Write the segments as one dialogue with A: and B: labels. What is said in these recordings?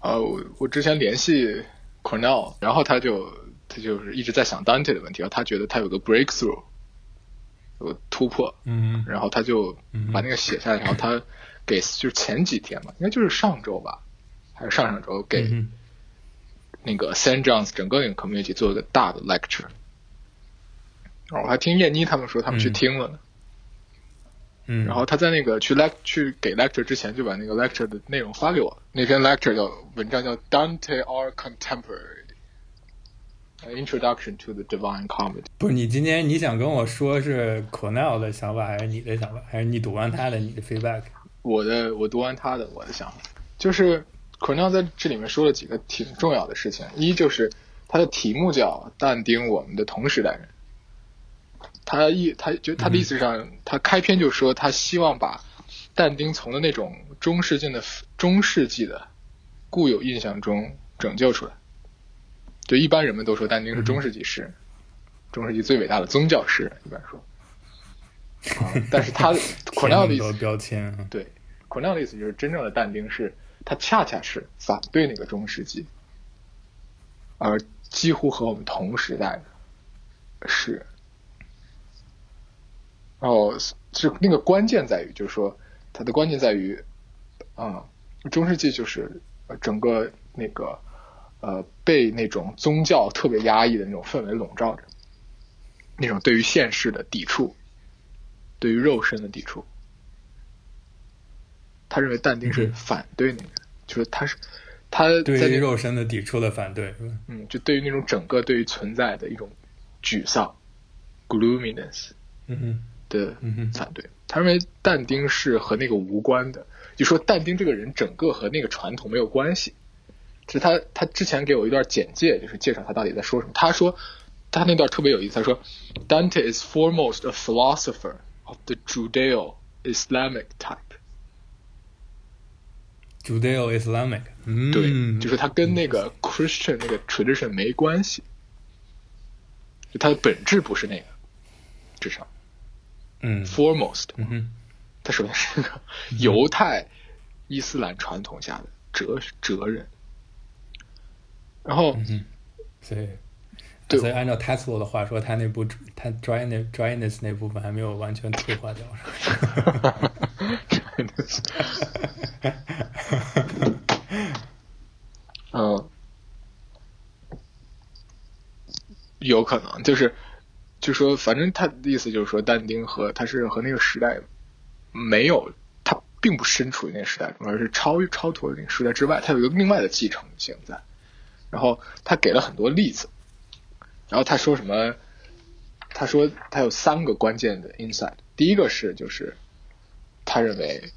A: 呃，我我之前联系 Cornell，然后他就他就是一直在想 Dante 的问题，然后他觉得他有个 breakthrough，有个突破，
B: 嗯
A: 然后他就把那个写下来，然后他给就是前几天嘛，应该就是上周吧，还是上上周给
B: 嗯
A: 那个 San John's 整个那个 community 做了个大的 lecture。然后我还听燕妮他们说他们去
B: 嗯
A: 听了呢，
B: 嗯，
A: 然后他在那个去 lect 去给 lecture 之前就把那个 lecture 的内容发给我了。那篇 lecture 叫文章叫 Dante or Contemporary。An Introduction to the Divine Comedy。
B: 不是你今天你想跟我说是 Cornell 的想法，还是你的想法，还是你读完他的你的 feedback？
A: 我的我读完他的，我的想法就是，Cornell 在这里面说了几个挺重要的事情。一就是他的题目叫“但丁我们的同时代人”，他意他就他的意思上，他开篇就说他希望把但丁从的那种中世纪的中世纪的固有印象中拯救出来。就一般人们都说但丁是中世纪诗，中世纪最伟大的宗教诗人，一般说。啊，但是他
B: 贴那
A: Cornell 的
B: 么
A: 意思
B: 多标签，嗯
A: 对，孔亮的意思就是，真正的但丁是他恰恰是反对那个中世纪，而几乎和我们同时代的诗人。哦，是那个关键在于，就是说它的关键在于，啊、中世纪就是呃整个那个呃被那种宗教特别压抑的那种氛围笼罩着，那种对于现世的抵触，对于肉身的抵触。他认为但丁是
B: 嗯
A: 反对那个，就是他是他在
B: 对于
A: 那
B: 肉身的抵触的反对，嗯
A: 嗯，就对于那种整个对于存在的一种沮丧，gloominess
B: 嗯哼
A: 的
B: 嗯哼
A: 反对。他认为但丁是和那个无关的，就说但丁这个人整个和那个传统没有关系。就是他他之前给我一段简介，就是介绍他到底在说什么。他说他那段特别有意思，他说 Dante is foremost a philosopher of the Judeo-Islamic type。
B: ，Judeo Islamic，嗯，
A: 对，就是它跟那个 Christian 那个 tradition 没关系，就它的本质不是那个，至少
B: 嗯
A: foremost，
B: 嗯哼
A: 它首先是个犹太伊斯兰传统下的哲哲人，然后
B: 嗯哼，所以。
A: 对
B: 所以按照 Tesla 的话说，他那部他 dry 那 dryness 那部分还没有完全退化掉， 是吧
A: 嗯，有可能就是，就说反正他的意思就是说，但丁和他是和那个时代没有，他并不身处于那个时代中，而是超越超脱那个时代之外，他有一个另外的继承性在。然后他给了很多例子，然后他说什么？他说他有三个关键的 insight，第一个是就是他认为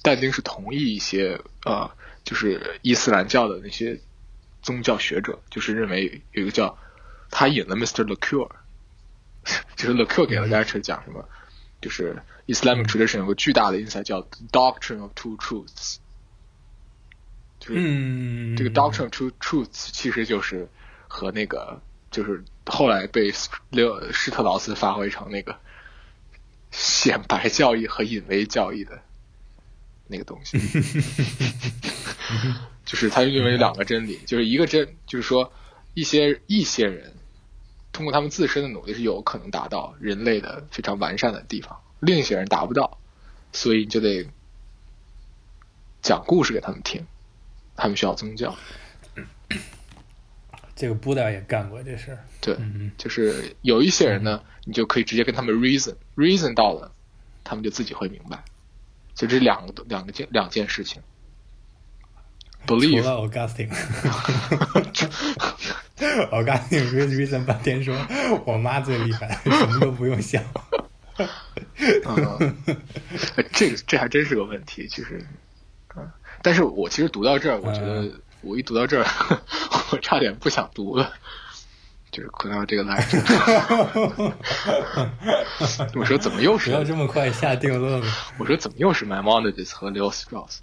A: 但丁是同意一些呃，就是伊斯兰教的那些宗教学者，就是认为有一个叫他引了 Mr. l e c u r 就是 l e c u r 给了 l e c t u r 讲什么，就是 Islamic tradition 有个巨大的 insight 叫 Doctrine of Two Truths，就是
B: 嗯，
A: 这个 Doctrine of True Truth 其实就是和那个就是后来被斯勒施特劳斯发挥成那个显白教义和隐微教义的那个东西，就是他认为两个真理，就是一个真，就是说一些一些人通过他们自身的努力是有可能达到人类的非常完善的地方，另一些人达不到，所以你就得讲故事给他们听。他们需要宗教，
B: 这个布达也干过这事儿，
A: 对，
B: 嗯
A: 就是有一些人呢，你就可以直接跟他们 reason，reason 到了，他们就自己会明白。就这两个两个件两件事情
B: 除
A: ，believe
B: 了 Augustine。Augustine reason 半天说，我妈最厉害，什么都不用想。
A: 嗯，呃这个这还真是个问题，其实，嗯，但是我其实读到这儿，我觉得
B: 呃
A: 我一读到这儿， 我差点不想读了，就是可能这个来，我说怎么又
B: 不
A: 是
B: 要这么快下定论了。
A: 我说怎么又是 Maimonides 和 Leo Strauss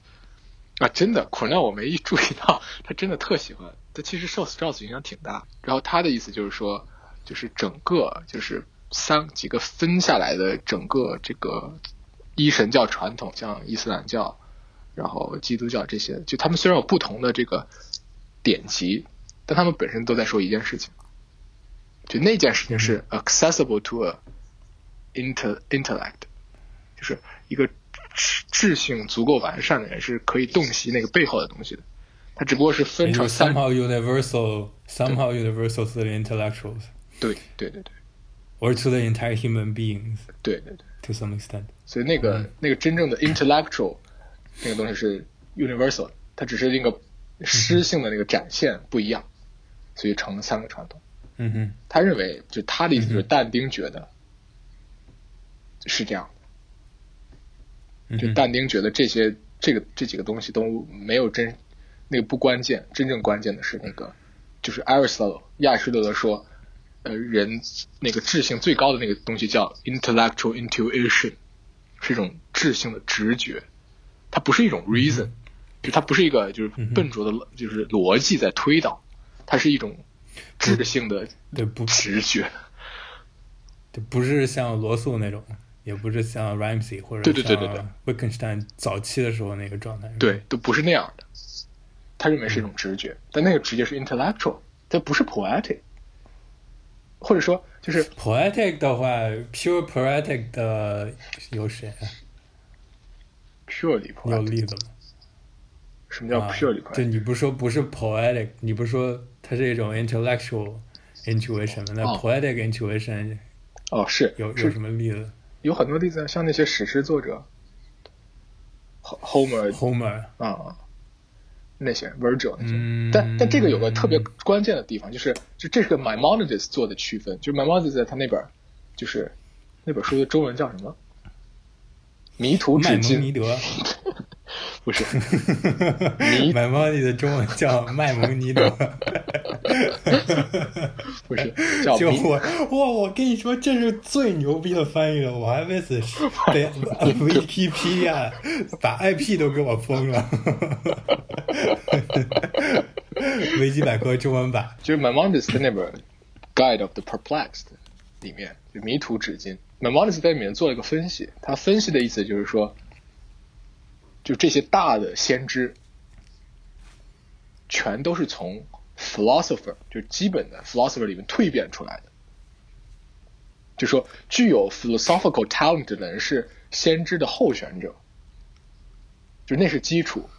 A: 啊？真的，孔亮我没一注意到，他真的特喜欢。他其实受 Strauss 影响挺大。然后他的意思就是说，就是整个就是三几个分下来的整个这个一神教传统，像伊斯兰教、然后基督教这些，就他们虽然有不同的这个典籍，但他们本身都在说一件事情，就那件事情是 accessible to a inte- intellect，就是一个智智性足够完善的人是可以洞悉那个背后的东西的，他只不过是分
B: 也就
A: 成
B: 是
A: 三
B: somehow universal somehow universal to the intellectuals
A: 对对对对
B: or to the entire human beings
A: 对对对，
B: to some extent。
A: 所以那个、
B: 嗯
A: 那个真正的 intellectual 那个东西是 universal，的它只是那个
B: 嗯
A: 诗性的那个展现不一样，所以成了三个传统。
B: 嗯哼，
A: 他认为，就他
B: 嗯
A: 的意思就是但丁觉得是这样
B: 嗯
A: 的，就
B: 哼
A: 但丁觉得这些这个这几个东西都没有真那个不关键，真正关键的是那个就是 Aristotle 亚里士多德说，呃，人那个智性最高的那个东西叫 intellectual intuition，是一种智性的直觉，它不是一种 reason，就它不是一个就是
B: 嗯哼
A: 笨拙的，就是逻辑在推导，它是一种智性的
B: 对不？
A: 直觉。
B: 对，不是像罗素那种，也不是像 Ramsey 或者
A: 对对对对
B: 像 Wittgenstein 早期的时候那个状态。
A: 对，都不是那样的。他认为是一
B: 嗯
A: 种直觉，但那个直觉是 intellectual，它不是 poetic，或者说就是
B: ，poetic 的话，pure poetic 的有谁啊？
A: purely
B: 你有
A: poetic。
B: 例子吗？
A: 什么叫
B: 啊
A: purely
B: 对，
A: poetic？、
B: 你不是说不是 poetic，你不是说它是一种 intellectual intuition 吗？那
A: 哦
B: poetic intuition
A: 哦，是
B: 有有
A: 是
B: 什么例子
A: 有很多例子啊，像那些史诗作者，Ho-，Homer
B: ？Homer，
A: 啊、那些 Virgil 那些。
B: 嗯，
A: 但但这个有个特别关键的地方，就是就这是个 Maimonides 做的区分，就是 Maimonides 他那本就是那本书的中文叫什么？迷途
B: 麦
A: 至
B: 蒙尼
A: 今
B: 德，
A: 不是。迷
B: 麦蒙尼的中文叫麦蒙尼德。
A: 不是叫
B: 就
A: 迷
B: 我哇！我跟你说，这是最牛逼的翻译了，我还为此 被 VPP 啊，把 IP 都给我封了。维基百科中文版，
A: 就是 Maimonides 的那本《Guide of the Perplexed》里面，就迷途至今。Maimonides 在里面做了一个分析，他分析的意思就是说，就这些大的先知，全都是从 philosopher 就是基本的 philosopher 里面蜕变出来的。就说具有 philosophical talent 的人是先知的候选者，就那是基础。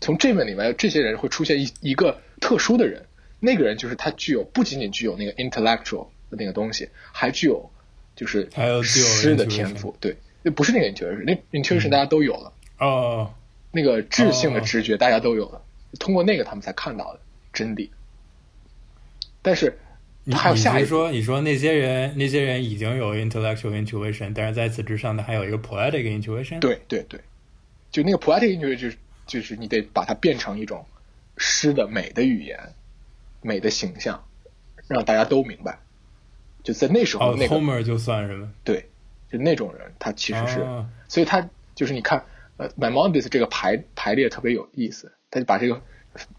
A: 从这面里面，这些人会出现一一个特殊的人，那个人就是他具有不仅仅具有那个 intellectual 的那个东西，还具有就是
B: 还有具有
A: 诗的
B: intuition 嗯
A: 天赋。对，那不是那个 intuition，那 intuition 大家都有了。
B: 哦，
A: 那个智性的
B: 哦
A: 直觉大家都有了，通过那个他们才看到的真理。但是
B: 你
A: 他还有
B: 你
A: 下一
B: 是
A: 步，
B: 说你说那些人那些人已经有 intellectual intuition，但是在此之上呢，还有一个 poetic intuition？，
A: 对对对，就那个 poetic 就是就是就是你得把它变成一种诗的美的语言、美的形象，让大家都明白。就在那时候，
B: 哦
A: 那个、
B: ，Homer 就算什么？
A: 对，就那种人，他其实是，
B: 哦
A: 所以他就是你看，呃，Maimonides 这个排排列特别有意思，他就把这个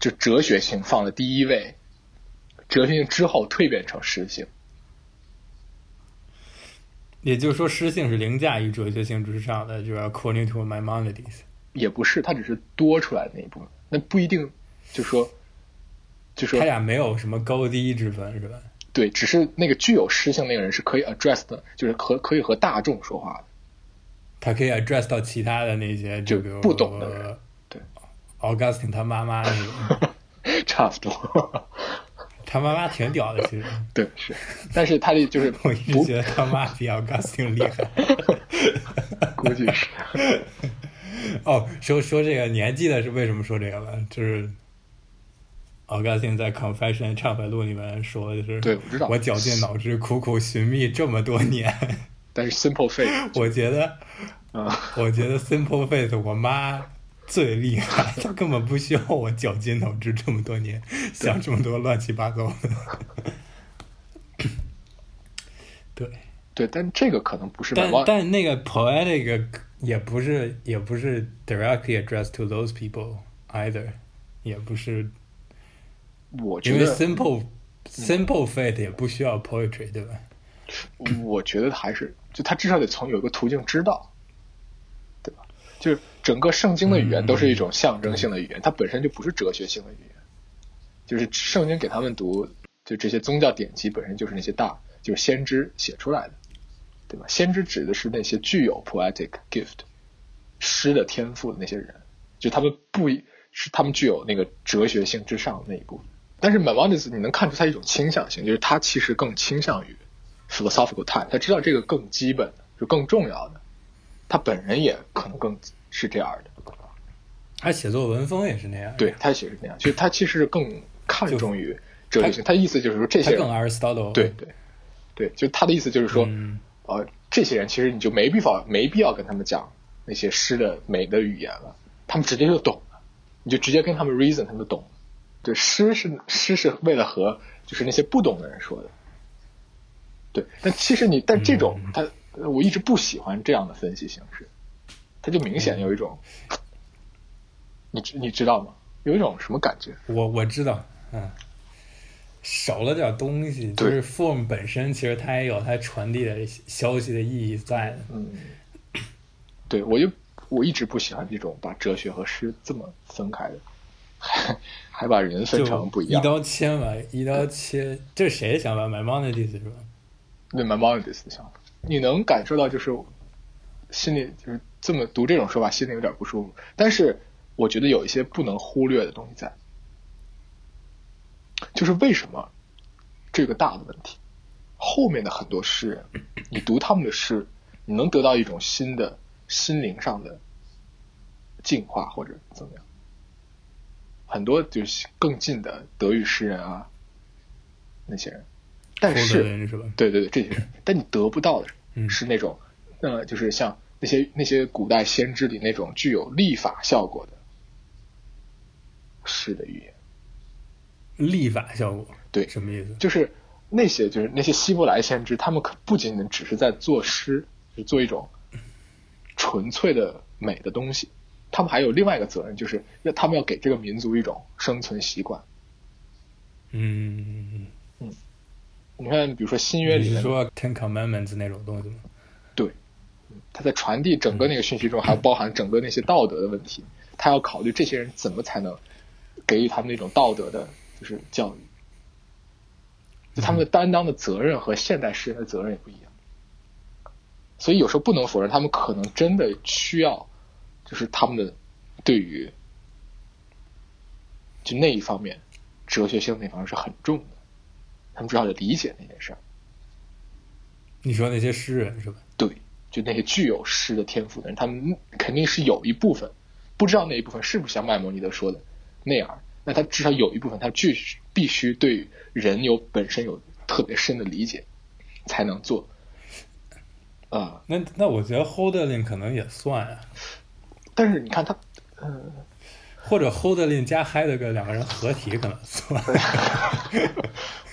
A: 就哲学性放在第一位，哲学性之后蜕变成诗性，
B: 也就是说，诗性是凌驾于哲学性之上的，就是 according to Maimonides。
A: 也不是，他只是多出来的那一部分，那不一定就说就说
B: 他俩没有什么高低之分，是吧？
A: 对，只是那个具有诗性那个人是可以 address 的，就是和可以和大众说话的，
B: 他可以 address 到其他的那些，
A: 就
B: 比如呃
A: 不懂的人对
B: ，Augustine 他妈妈那 种，
A: 差不多，
B: 他妈妈挺屌的，其实
A: 对是，但是他这就是
B: 我一直
A: 不
B: 觉得他妈比 Augustine 厉 害。
A: 估计是。
B: 哦，说说这个年纪的是为什么说这个了？就是 Augustine 在 Confession 忏悔录里面说，就是
A: 对我知道
B: 我绞尽脑汁苦苦寻觅这么多年，
A: 但是 simple faith
B: 我觉得
A: 啊、
B: 我觉得 Simple Faith 我妈最厉害，她根本不需要我绞尽脑汁这么多年想这么多乱七八糟的。对，
A: 对，但这个可能不是
B: 但
A: Maimonides
B: 但那个 poetic 也不是也不是 directly addressed to those people either，也不是
A: 我
B: 因
A: 觉
B: 为
A: 得，
B: simple simple faith 也不需要 poetry 对吧？
A: 我觉得还是就他至少得从有一个途径知道，对吧？就是整个圣经的语言
B: 嗯
A: 都是一种象征性的语言，它本身就不是哲学性的语言。就是圣经给他们读，就这些宗教典籍本身就是那些大，就是先知写出来的，对吧？先知指的是那些具有 poetic gift 诗的天赋的那些人，就他们不一是他们具有那个哲学性之上的那一部分。但是 m a m o n i s 你能看出他一种倾向性，就是他其实更倾向于 philosophical type，他知道这个更基本的，就更重要的。他本人也可能更是这样的，
B: 他写作文风也是那样，
A: 对，他其实是那样，就是他其实更看重于哲学性。他意思就是说，这
B: 他
A: 些
B: 更
A: 人，
B: Aristotle，
A: 对对对，就他的意思就是说，
B: 嗯
A: 呃，这些人其实你就没必要没必要跟他们讲那些诗的美的语言了，他们直接就懂了，你就直接跟他们 reason，他们就懂了。对，诗是诗是为了和就是那些不懂的人说的。对，但其实你但这种他我一直不喜欢这样的分析形式，他就明显有一种，你知你知道吗？有一种什么感觉？
B: 我我知道，嗯，少了点东西，就
A: 对
B: 是 form 本身，其实它也有它传递的消息的意义在的。
A: 嗯，对我就我一直不喜欢这种把哲学和诗这么分开的， 还还把人分成不
B: 就
A: 一
B: 一
A: 样。
B: 刀切嘛，一刀切，这是谁的想法？Maimonides 是吧？
A: 对 m a m o n i d e s 的想法，你能感受到就是心里就是这么读这种说法，心里有点不舒服。但是我觉得有一些不能忽略的东西在，就是为什么这个大的问题，后面的很多诗人，你读他们的诗，你能得到一种新的心灵上的进化或者怎么样。很多就是更近的德语诗人啊，那些人，但
B: 后
A: 是
B: 的人是吧？
A: 对对对，这些人，但你得不到的
B: 嗯
A: 是那种，呃，就是像那些那些古代先知里那种具有立法效果的诗的语言，
B: 立法效果，
A: 对
B: 什么意思？
A: 就是那些就是那些希伯来先知，他们可不仅仅只是在做诗，就是做一种纯粹的美的东西，他们还有另外一个责任，就是要他们要给这个民族一种生存习惯。
B: 嗯，
A: 你看，比如说新约
B: 你
A: 里
B: 是
A: 面，
B: 说 Ten Commandments 那种东西吗？
A: 他在传递整个那个讯息中，还包含整个那些道德的问题。他要考虑这些人怎么才能给予他们那种道德的，就是教育，就他们的担当的责任和现代诗人的责任也不一样。所以有时候不能否认，他们可能真的需要，就是他们的对于就那一方面哲学性那方面是很重的，他们至少得理解那件事儿。
B: 你说那些诗人是吧？
A: 对，就那些具有诗的天赋的人，他们肯定是有一部分，不知道那一部分是不是像麦摩尼德说的那样，那他至少有一部分，他具必须对人有本身有特别深的理解，才能做。啊、
B: 那那我觉得 Holding 可能也算啊，
A: 但是你看他，嗯、
B: 或者 Holding 加 Heidegger 两个人合体可能算。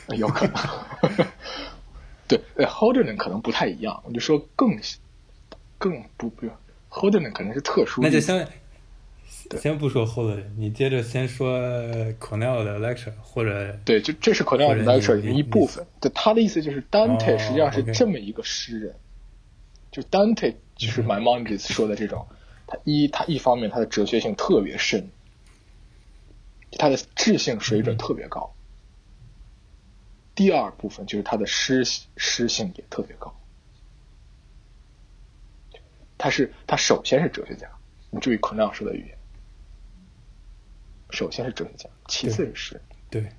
A: 呃，有可能。 对，呃 h o l d e n 可能不太一样，我就说更更不不 h o l d e n 可能是特殊例子，
B: 那就先
A: 对
B: 先不说 Holding，你接着先说 Cornell 的 lecture 或者
A: 对，就这是 Cornell
B: 或者
A: l e c t u r
B: 你
A: 里面
B: 你
A: 一部分。对，他的意思就是，Dante
B: 哦
A: 实际上是
B: OK
A: 这么一个诗人，就 Dante 就是
B: 嗯
A: Maimonides 说的这种，他一他一方面他的哲学性特别深，他的智性水
B: 嗯
A: 准特别高。第二部分就是他的诗诗性也特别高，他是他首先是哲学家，你注意 Cornell 说的语言，首先是哲学家，其次是诗。
B: 对，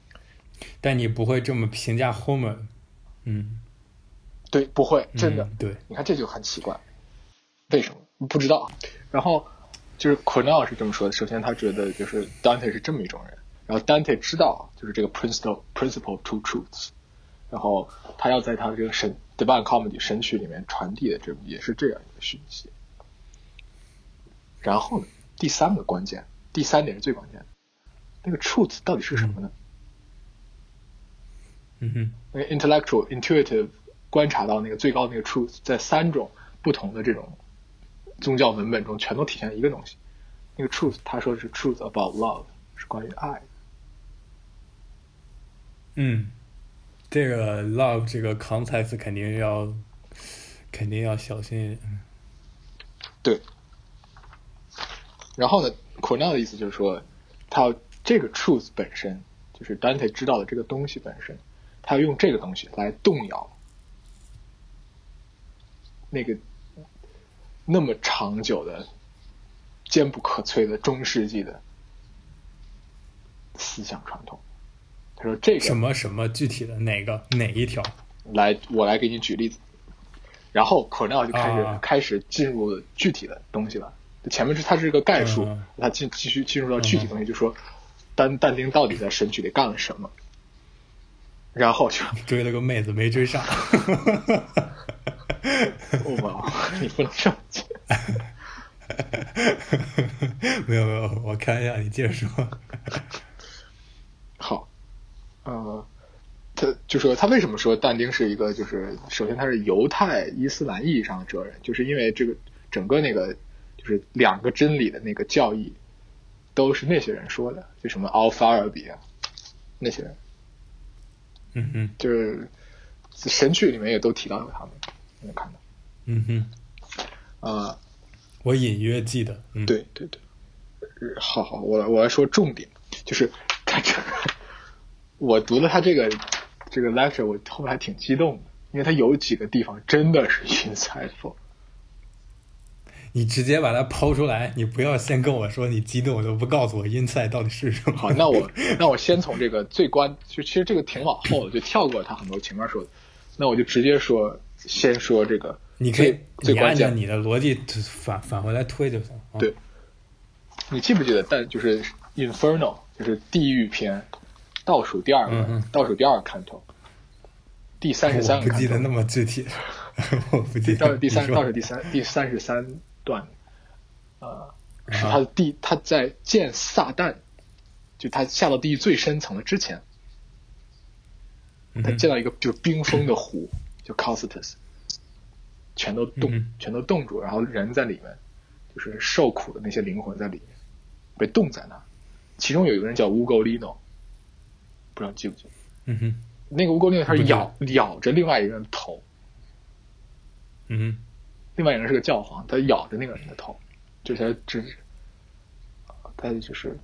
B: 但你不会这么评价 Homer，嗯，
A: 对，不会，真的，
B: 嗯对，
A: 你看这就很奇怪，为什么不知道？然后就是 Cornell 是这么说的，首先他觉得就是 Dante 是这么一种人，然后 Dante 知道就是这个 principle principle two truths，然后他要在他的这个神 Divine Comedy 神曲里面传递的这也是这样一个讯息。然后呢，第三个关键，第三点是最关键的，那个 truth 到底是什么呢？
B: 嗯哼，
A: 那个 intellectual intuitive 观察到那个最高的那个 truth，在三种不同的这种宗教文本中，全都体现一个东西。那个 truth，他说是 truth about love，是关于爱。
B: 嗯，这个 love 这个 context 肯定要肯定要小心，
A: 对，然后呢，Cornell 的意思就是说，他要这个 truth 本身，就是 Dante 知道的这个东西本身，他要用这个东西来动摇那个那么长久的、坚不可摧的中世纪的思想传统。他说这
B: 什
A: 个
B: 么什么具体的哪个哪一条？
A: 来，我来给你举例子。然后 Cornell 就开始、
B: 啊
A: 开始进入具体的东西了。前面是它是个概述，
B: 嗯
A: 它进继续进入到具体东西，就说丹但丁到底在神曲里干了什么。然后 就
B: 追了个妹子没追上，
A: 我操，你不能这么讲。
B: 没有没有，我开玩笑，你接着说。
A: 好，呃，他就说他为什么说但丁是一个，就是首先他是犹太伊斯兰意义上的哲人，就是因为这个整个那个就是两个真理的那个教义都是那些人说的，就什么奥法尔比啊那些人，
B: 嗯哼，
A: 就是神曲里面也都提到过他们，你能看到
B: 嗯哼，
A: 啊、
B: 我隐约记得，嗯，，
A: 对对对，呃好好，我来我来说重点，就是他这 个，我读了他这个这个 lecture，我后面还挺激动的，因为他有几个地方真的是 insightful。
B: 你直接把它抛出来，你不要先跟我说你激动，就不告诉我阴菜到底是什么。
A: 好，那我那我先从这个最关，就其实这个挺往后的，就跳过他很多前面说的，那我就直接说，先说这个
B: 你可以
A: 最，最
B: 你
A: 关
B: 按照
A: 键的
B: 你的逻辑反返回来推就行。啊
A: 对，你记不记得？但就是 Inferno，就是地狱篇倒数第二个，
B: 嗯嗯
A: 倒数第二个看头，第三十
B: 我
A: 三
B: 不
A: 个
B: 记
A: 看
B: 得那
A: 头，
B: 么具体， 我不记
A: 倒
B: 得。
A: 数第
B: 你
A: 三，
B: 说
A: 倒数第三，第三十三段，呃，
B: 啊
A: 是他的第他在见撒旦，就他下到地狱最深层的之前，
B: 嗯
A: 他
B: 哼
A: 见到一个就是冰封的湖，就 Costus，全都冻，
B: 嗯
A: 全都冻住，然后人在里面，就是受苦的那些灵魂在里面被冻在那儿。其中有一个人叫乌沟利诺，不知道记不记得？
B: 嗯哼，
A: 那个乌沟利诺他
B: 不
A: 是
B: 记得
A: 咬咬着另外一个人的头，
B: 嗯哼，
A: 另外一个人是个教皇，他咬着那个人的头，这才这，他就是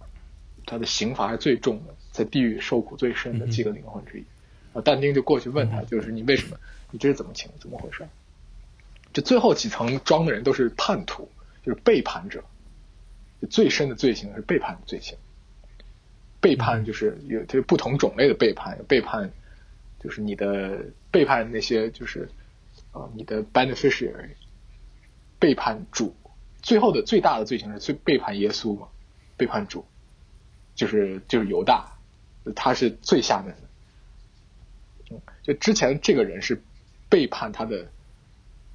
A: 他的刑罚是最重的，在地狱受苦最深的
B: 嗯哼
A: 几个灵魂之一。啊，但丁就过去问他，就是你为什么？你这是怎么情？怎么回事？这最后几层装的人都是叛徒，就是背叛者。就最深的罪行是背叛的罪行。背叛就是有就是不同种类的背叛，有背叛就是你的背叛那些就是呃你的 beneficiary，背叛主。最后的最大的罪行是最背叛耶稣嘛，背叛主，就是就是犹大，他是最下面的。嗯就之前这个人是背叛他的，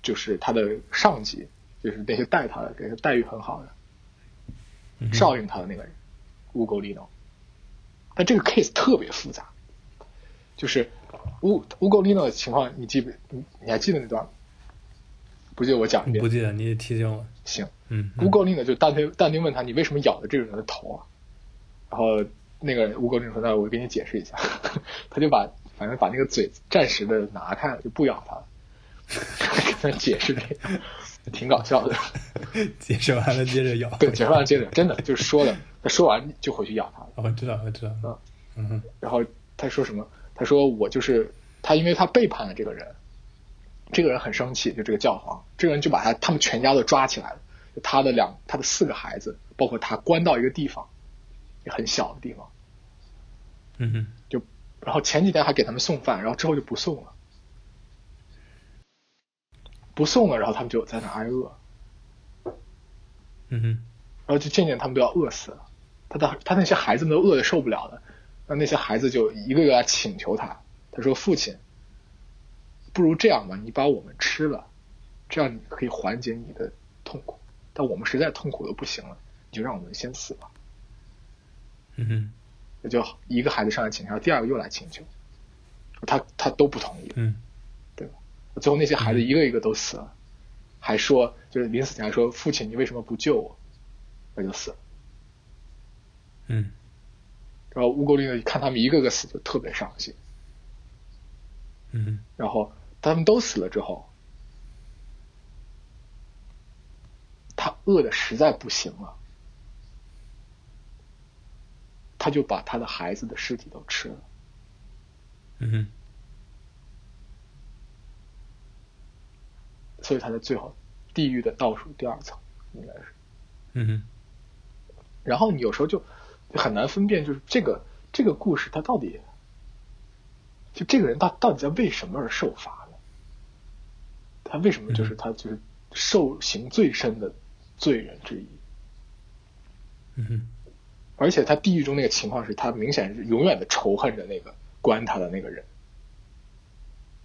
A: 就是他的上级，就是那些带他的，给他待遇很好的，
B: 嗯哼
A: 照应他的那个人，乌沟利诺。但这个 case 特别复杂，就是乌乌沟利诺的情况，你记不？你你还记得那段吗？不记得我讲一
B: 不
A: 遍。
B: 记得，你得提醒我。
A: 行，
B: 嗯，
A: 乌沟利诺就但丁但丁问他，你为什么咬的这个人的头啊？然后那个人乌沟利诺说，那我给你解释一下。 他就把反正把那个嘴暂时的拿开了，就不咬他了。 跟他解释这个，挺搞笑的。
B: 嗯解释完了接着咬。
A: 对，解释完接着真的就是说了，他说完就回去咬他了。
B: 我哦知道，我知道。
A: 嗯
B: 嗯哼，
A: 然后他说什么？他说我就是他，因为他背叛了这个人，这个人很生气，就这个教皇，这个人就把他他们全家都抓起来了，就他的两他的四个孩子，包括他关到一个地方，也很小的地方，
B: 嗯哼，
A: 就然后前几天还给他们送饭，然后之后就不送了，不送了，然后他们就在那挨饿，
B: 嗯哼，
A: 然后就渐渐他们都要饿死了，他的他那些孩子们都饿的受不了了，那那些孩子就一个个来请求他，他说父亲，不如这样吧，你把我们吃了，这样你可以缓解你的痛苦，但我们实在痛苦的不行了，你就让我们先死吧。
B: 嗯哼，
A: 那就一个孩子上来请求，第二个又来请求，他他都不同意，
B: 嗯
A: 最后那些孩子一个一个都死了，还说就是临死前还说父亲你为什么不救我，那就死了。
B: 嗯
A: 然后乌沟利诺一看他们一个个死就特别伤心，
B: 嗯哼，
A: 然后他们都死了之后，他饿的实在不行了，他就把他的孩子的尸体都吃了。
B: 嗯哼，
A: 所以他在最后地狱的倒数第二层，应该是。
B: 嗯哼，
A: 然后你有时候就很难分辨，就是这个这个故事他到底，就这个人他到底在为什么而受罚呢？他为什么就是他就是受刑最深的罪人之一？
B: 嗯哼，
A: 而且他地狱中那个情况是他明显是永远的仇恨着那个关他的那个人，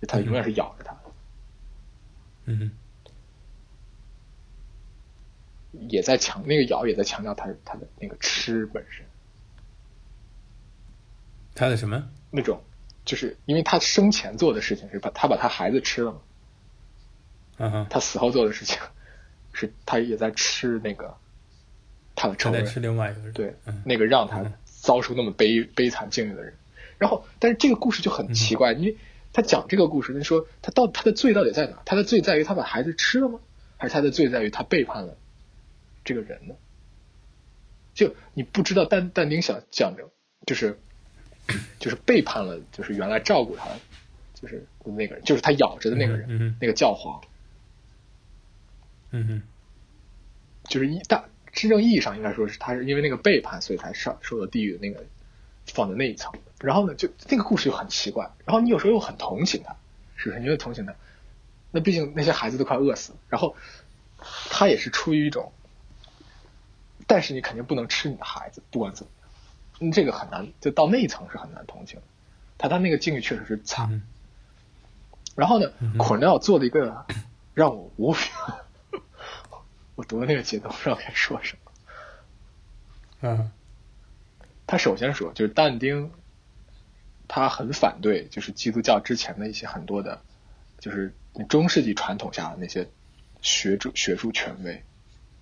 A: 就他永远是咬着他的。
B: 嗯哼，
A: 也在强那个咬也在强调他他的那个吃本身
B: 他的什么？
A: 那种，就是因为他生前做的事情是把他把他孩子吃了嘛，
B: 啊哈，
A: 他死后做的事情 是他也在吃那个他的
B: 他
A: 仇
B: 在
A: 人，
B: 吃另外一个人。
A: 对
B: 嗯，
A: 那个让他遭受那么悲悲惨境遇的人。然后，但是这个故事就很奇怪，
B: 嗯
A: 因为他讲这个故事，他说他到他的罪到底在哪？他的罪在于他把孩子吃了吗？还是他的罪在于他背叛了这个人呢？就你不知道但但丁想讲着，就是就是背叛了，就是原来照顾他，就是那个人，就是他咬着的那个人，
B: 嗯哼
A: 那个教皇，
B: 嗯哼，
A: 就是一大真正意义上应该说是他是因为那个背叛，所以才上受到地狱的那个放在那一层。然后呢，就这个故事就很奇怪。然后你有时候又很同情他，是不是？你又同情他，那毕竟那些孩子都快饿死了。然后他也是出于一种，但是你肯定不能吃你的孩子，不管怎么样，嗯这个很难，就到那一层是很难同情的。他他那个境遇确实是惨。
B: 嗯
A: 然后呢
B: 嗯，哼
A: 孔尔廖做了一个让我无语， 我读的那个解读不知道该说什么。
B: 啊，
A: 他首先说，就是但丁，他很反对，就是基督教之前的一些很多的，就是中世纪传统下的那些学术学术权威，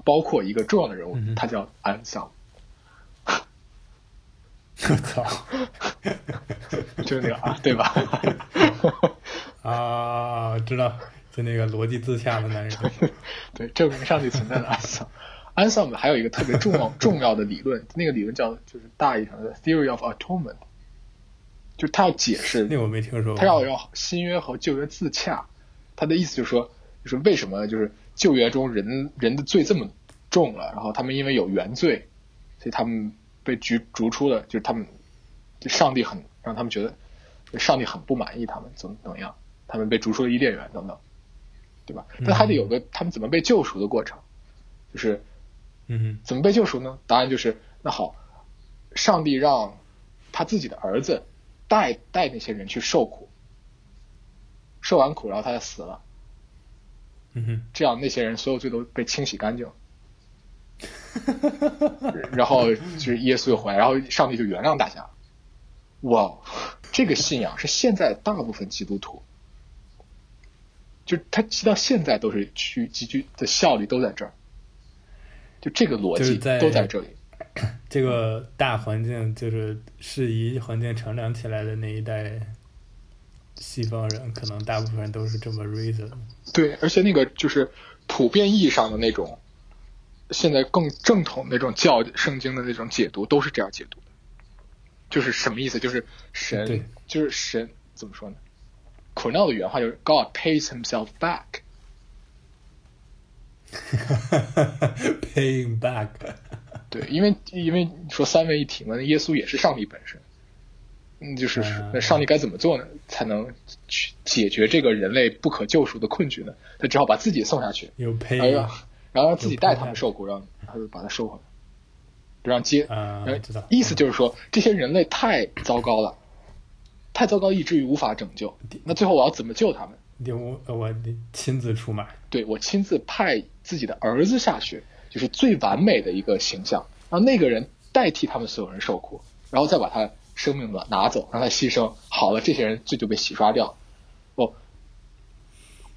A: 包括一个重要的人物
B: 嗯，哼
A: 他叫安桑，
B: 我操
A: 就是那个啊，对 吧？
B: 啊，知道，就那个逻辑自洽的男人。
A: 对，证明上帝存在的安桑。安桑还有一个特别重 要重要的理论，那个理论叫就是大意义上的 theory of atonement，就是他要解释
B: 那我没听说过。
A: 他要要新约和旧约自洽，他的意思就是说，就是为什么就是旧约中人人的罪这么重了，然后他们因为有原罪，所以他们被逐逐出了，就是他们就上帝很让他们觉得上帝很不满意他们怎么怎么样，他们被逐出了伊甸园等等，对吧？但还得有个他们怎么被救赎的过程，就是
B: 嗯
A: 怎么被救赎呢？答案就是那好，上帝让他自己的儿子带带那些人去受苦，受完苦然后他就死了，
B: 哼嗯哼，
A: 这样那些人所有罪都被清洗干净。然后就是耶稣又回来，然后上帝就原谅大家。哇，这个信仰是现在大部分基督徒，就是他直到现在都是去集聚的效力都在这儿，就这个逻
B: 就
A: 辑
B: 是在
A: 都在这里。
B: 这个大环境就是适宜环境成长起来的那一代西方人，可能大部分人都是这么 reason 的。
A: 对，而且那个就是普遍意义上的那种，现在更正统那种教圣经的那种解读，都是这样解读的。就是什么意思？就是
B: 对
A: 神，就是神，怎么说呢？孔廖的原话就是 “God pays himself back”，
B: Paying back，
A: 对，因为因为你说三位一体嘛，那耶稣也是上帝本身，嗯，就是
B: 嗯
A: 那上帝该怎么做呢？才能去解决这个人类不可救赎的困局呢？他只好把自己送下去，
B: 有
A: 然后
B: pay
A: 让哎然后让自己带他们受苦，让他们把他收回来，就让接。
B: 啊
A: 然，后
B: 知道。
A: 意思就是说，这些人类太糟糕了，太糟糕以至于无法拯救。那最后我要怎么救他们？
B: 得我呃我得亲自出马。
A: 对我亲自派自己的儿子下去，就是最完美的一个形象，让那个人代替他们所有人受苦，然后再把他生命拿拿走，让他牺牲。好了，这些人罪就被洗刷掉。哦，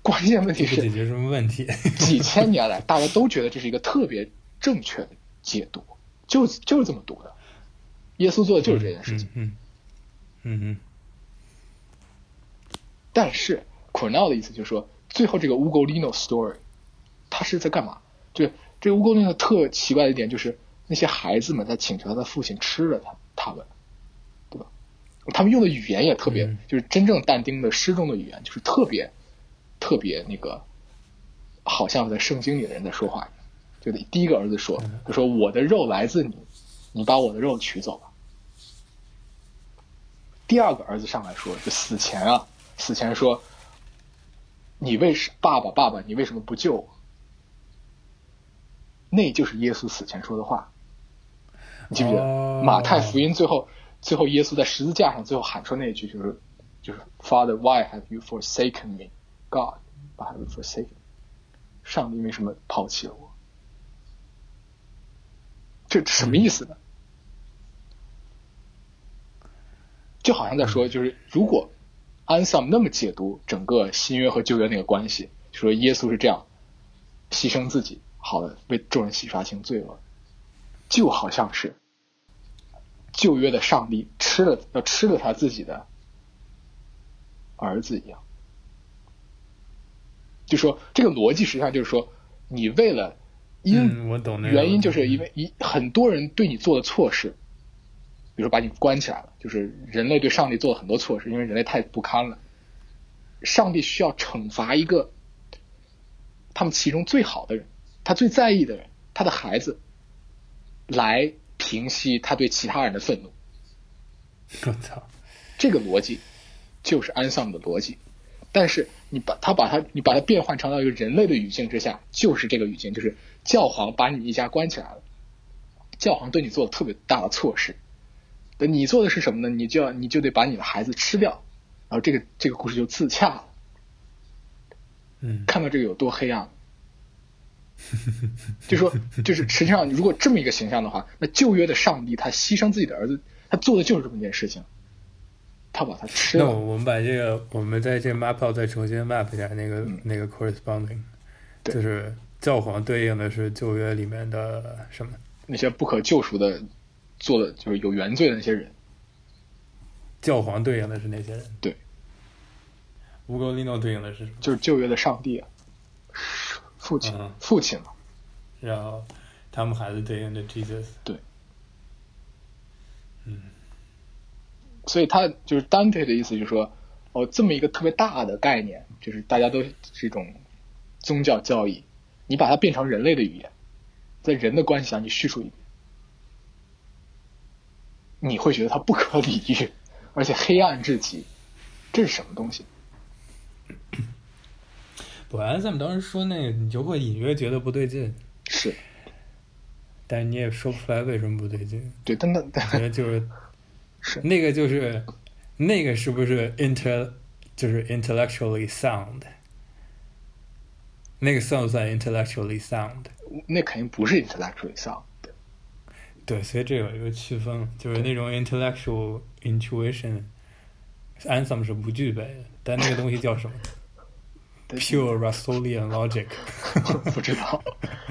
A: 关键问题
B: 这个
A: 是
B: 解决什么问题？
A: 几千年来，大家都觉得这是一个特别正确的解读，就就是这么读的。耶稣做的就是这件事情。
B: 嗯嗯
A: 但是 Cornell 的意思就是说，最后这个 Ugolino story，他是在干嘛？就是这个 Ugolino 特奇怪的一点就是，那些孩子们在请求他的父亲吃了他，他们，对吧？他们用的语言也特别，
B: 嗯
A: 就是真正但丁的诗中的语言，就是特别特别那个，好像在圣经里的人在说话一样。就第一个儿子说，他说我的肉来自你，你把我的肉取走吧。第二个儿子上来说，就死前啊，死前说，你为什爸爸爸爸，你为什么不救我？那就是耶稣死前说的话，你记不记得？
B: 哦
A: 马太福音最后最后耶稣在十字架上最后喊出那一句就是就是 Father why have you forsaken me God why have you forsaken me 上帝为什么抛弃了我？这这什么意思呢？就好像在说，就是如果安萨姆那么解读整个新约和旧约那个关系，就说耶稣是这样牺牲自己，好了，为众人洗刷清罪恶，就好像是旧约的上帝吃了要吃了他自己的儿子一样。就说这个逻辑实际上就是说，你为了因、
B: 嗯，我懂那个
A: 原因就是因为一很多人对你做的错事，比如说把你关起来了，就是人类对上帝做了很多错事，因为人类太不堪了，上帝需要惩罚一个他们其中最好的人，他最在意的人，他的孩子，来平息他对其他人的愤怒。
B: 我操，
A: 这个逻辑就是安丧的逻辑，但是你把它把它你把它变换成到一个人类的语境之下，就是这个语境，就是教皇把你一家关起来了，教皇对你做了特别大的错事，但你做的是什么呢？你就要你就得把你的孩子吃掉，然后这个这个故事就自洽了。
B: 嗯，
A: 看到这个有多黑暗。就说，就是实际上，如果这么一个形象的话，那旧约的上帝他牺牲自己的儿子，他做的就是这么一件事情，他把他吃
B: 那
A: 了。
B: 我我们把这个，我们在这个 map 上再重新 map 一下那个、
A: 嗯
B: 那个 corresponding，
A: 对
B: 就是教皇对应的是旧约里面的什么？
A: 那些不可救赎的做的就是有原罪的那些人，
B: 教皇对应的是哪些人？
A: 对，
B: 乌格利诺对应的是什么？
A: 就是旧约的上帝啊，父亲，
B: 嗯
A: 父亲嘛，
B: 然后他们孩子对应的 Jesus，
A: 所以他就是 Dante 的意思，就是说，哦，这么一个特别大的概念，就是大家都是一种宗教教义，你把它变成人类的语言，在人的关系上你叙述一遍，你会觉得它不可理喻，而且黑暗至极，这是什么东西？
B: 我安塞姆当时说那个，你就会隐约觉得不对劲，
A: 是
B: 但是你也说不出来为什么不对劲，
A: 对，但那
B: 我觉得就是
A: 是
B: 那个就是那个是不是 inter 就是 intellectually sound？那个算不算 intellectually sound？
A: 那肯定不是 intellectual sound。
B: 对，所以这有一个区分，就是那种 intellectual intuition。Anthem 是不具备的，但那个东西叫什么
A: 对
B: ？Pure Russellian logic，
A: 不知道，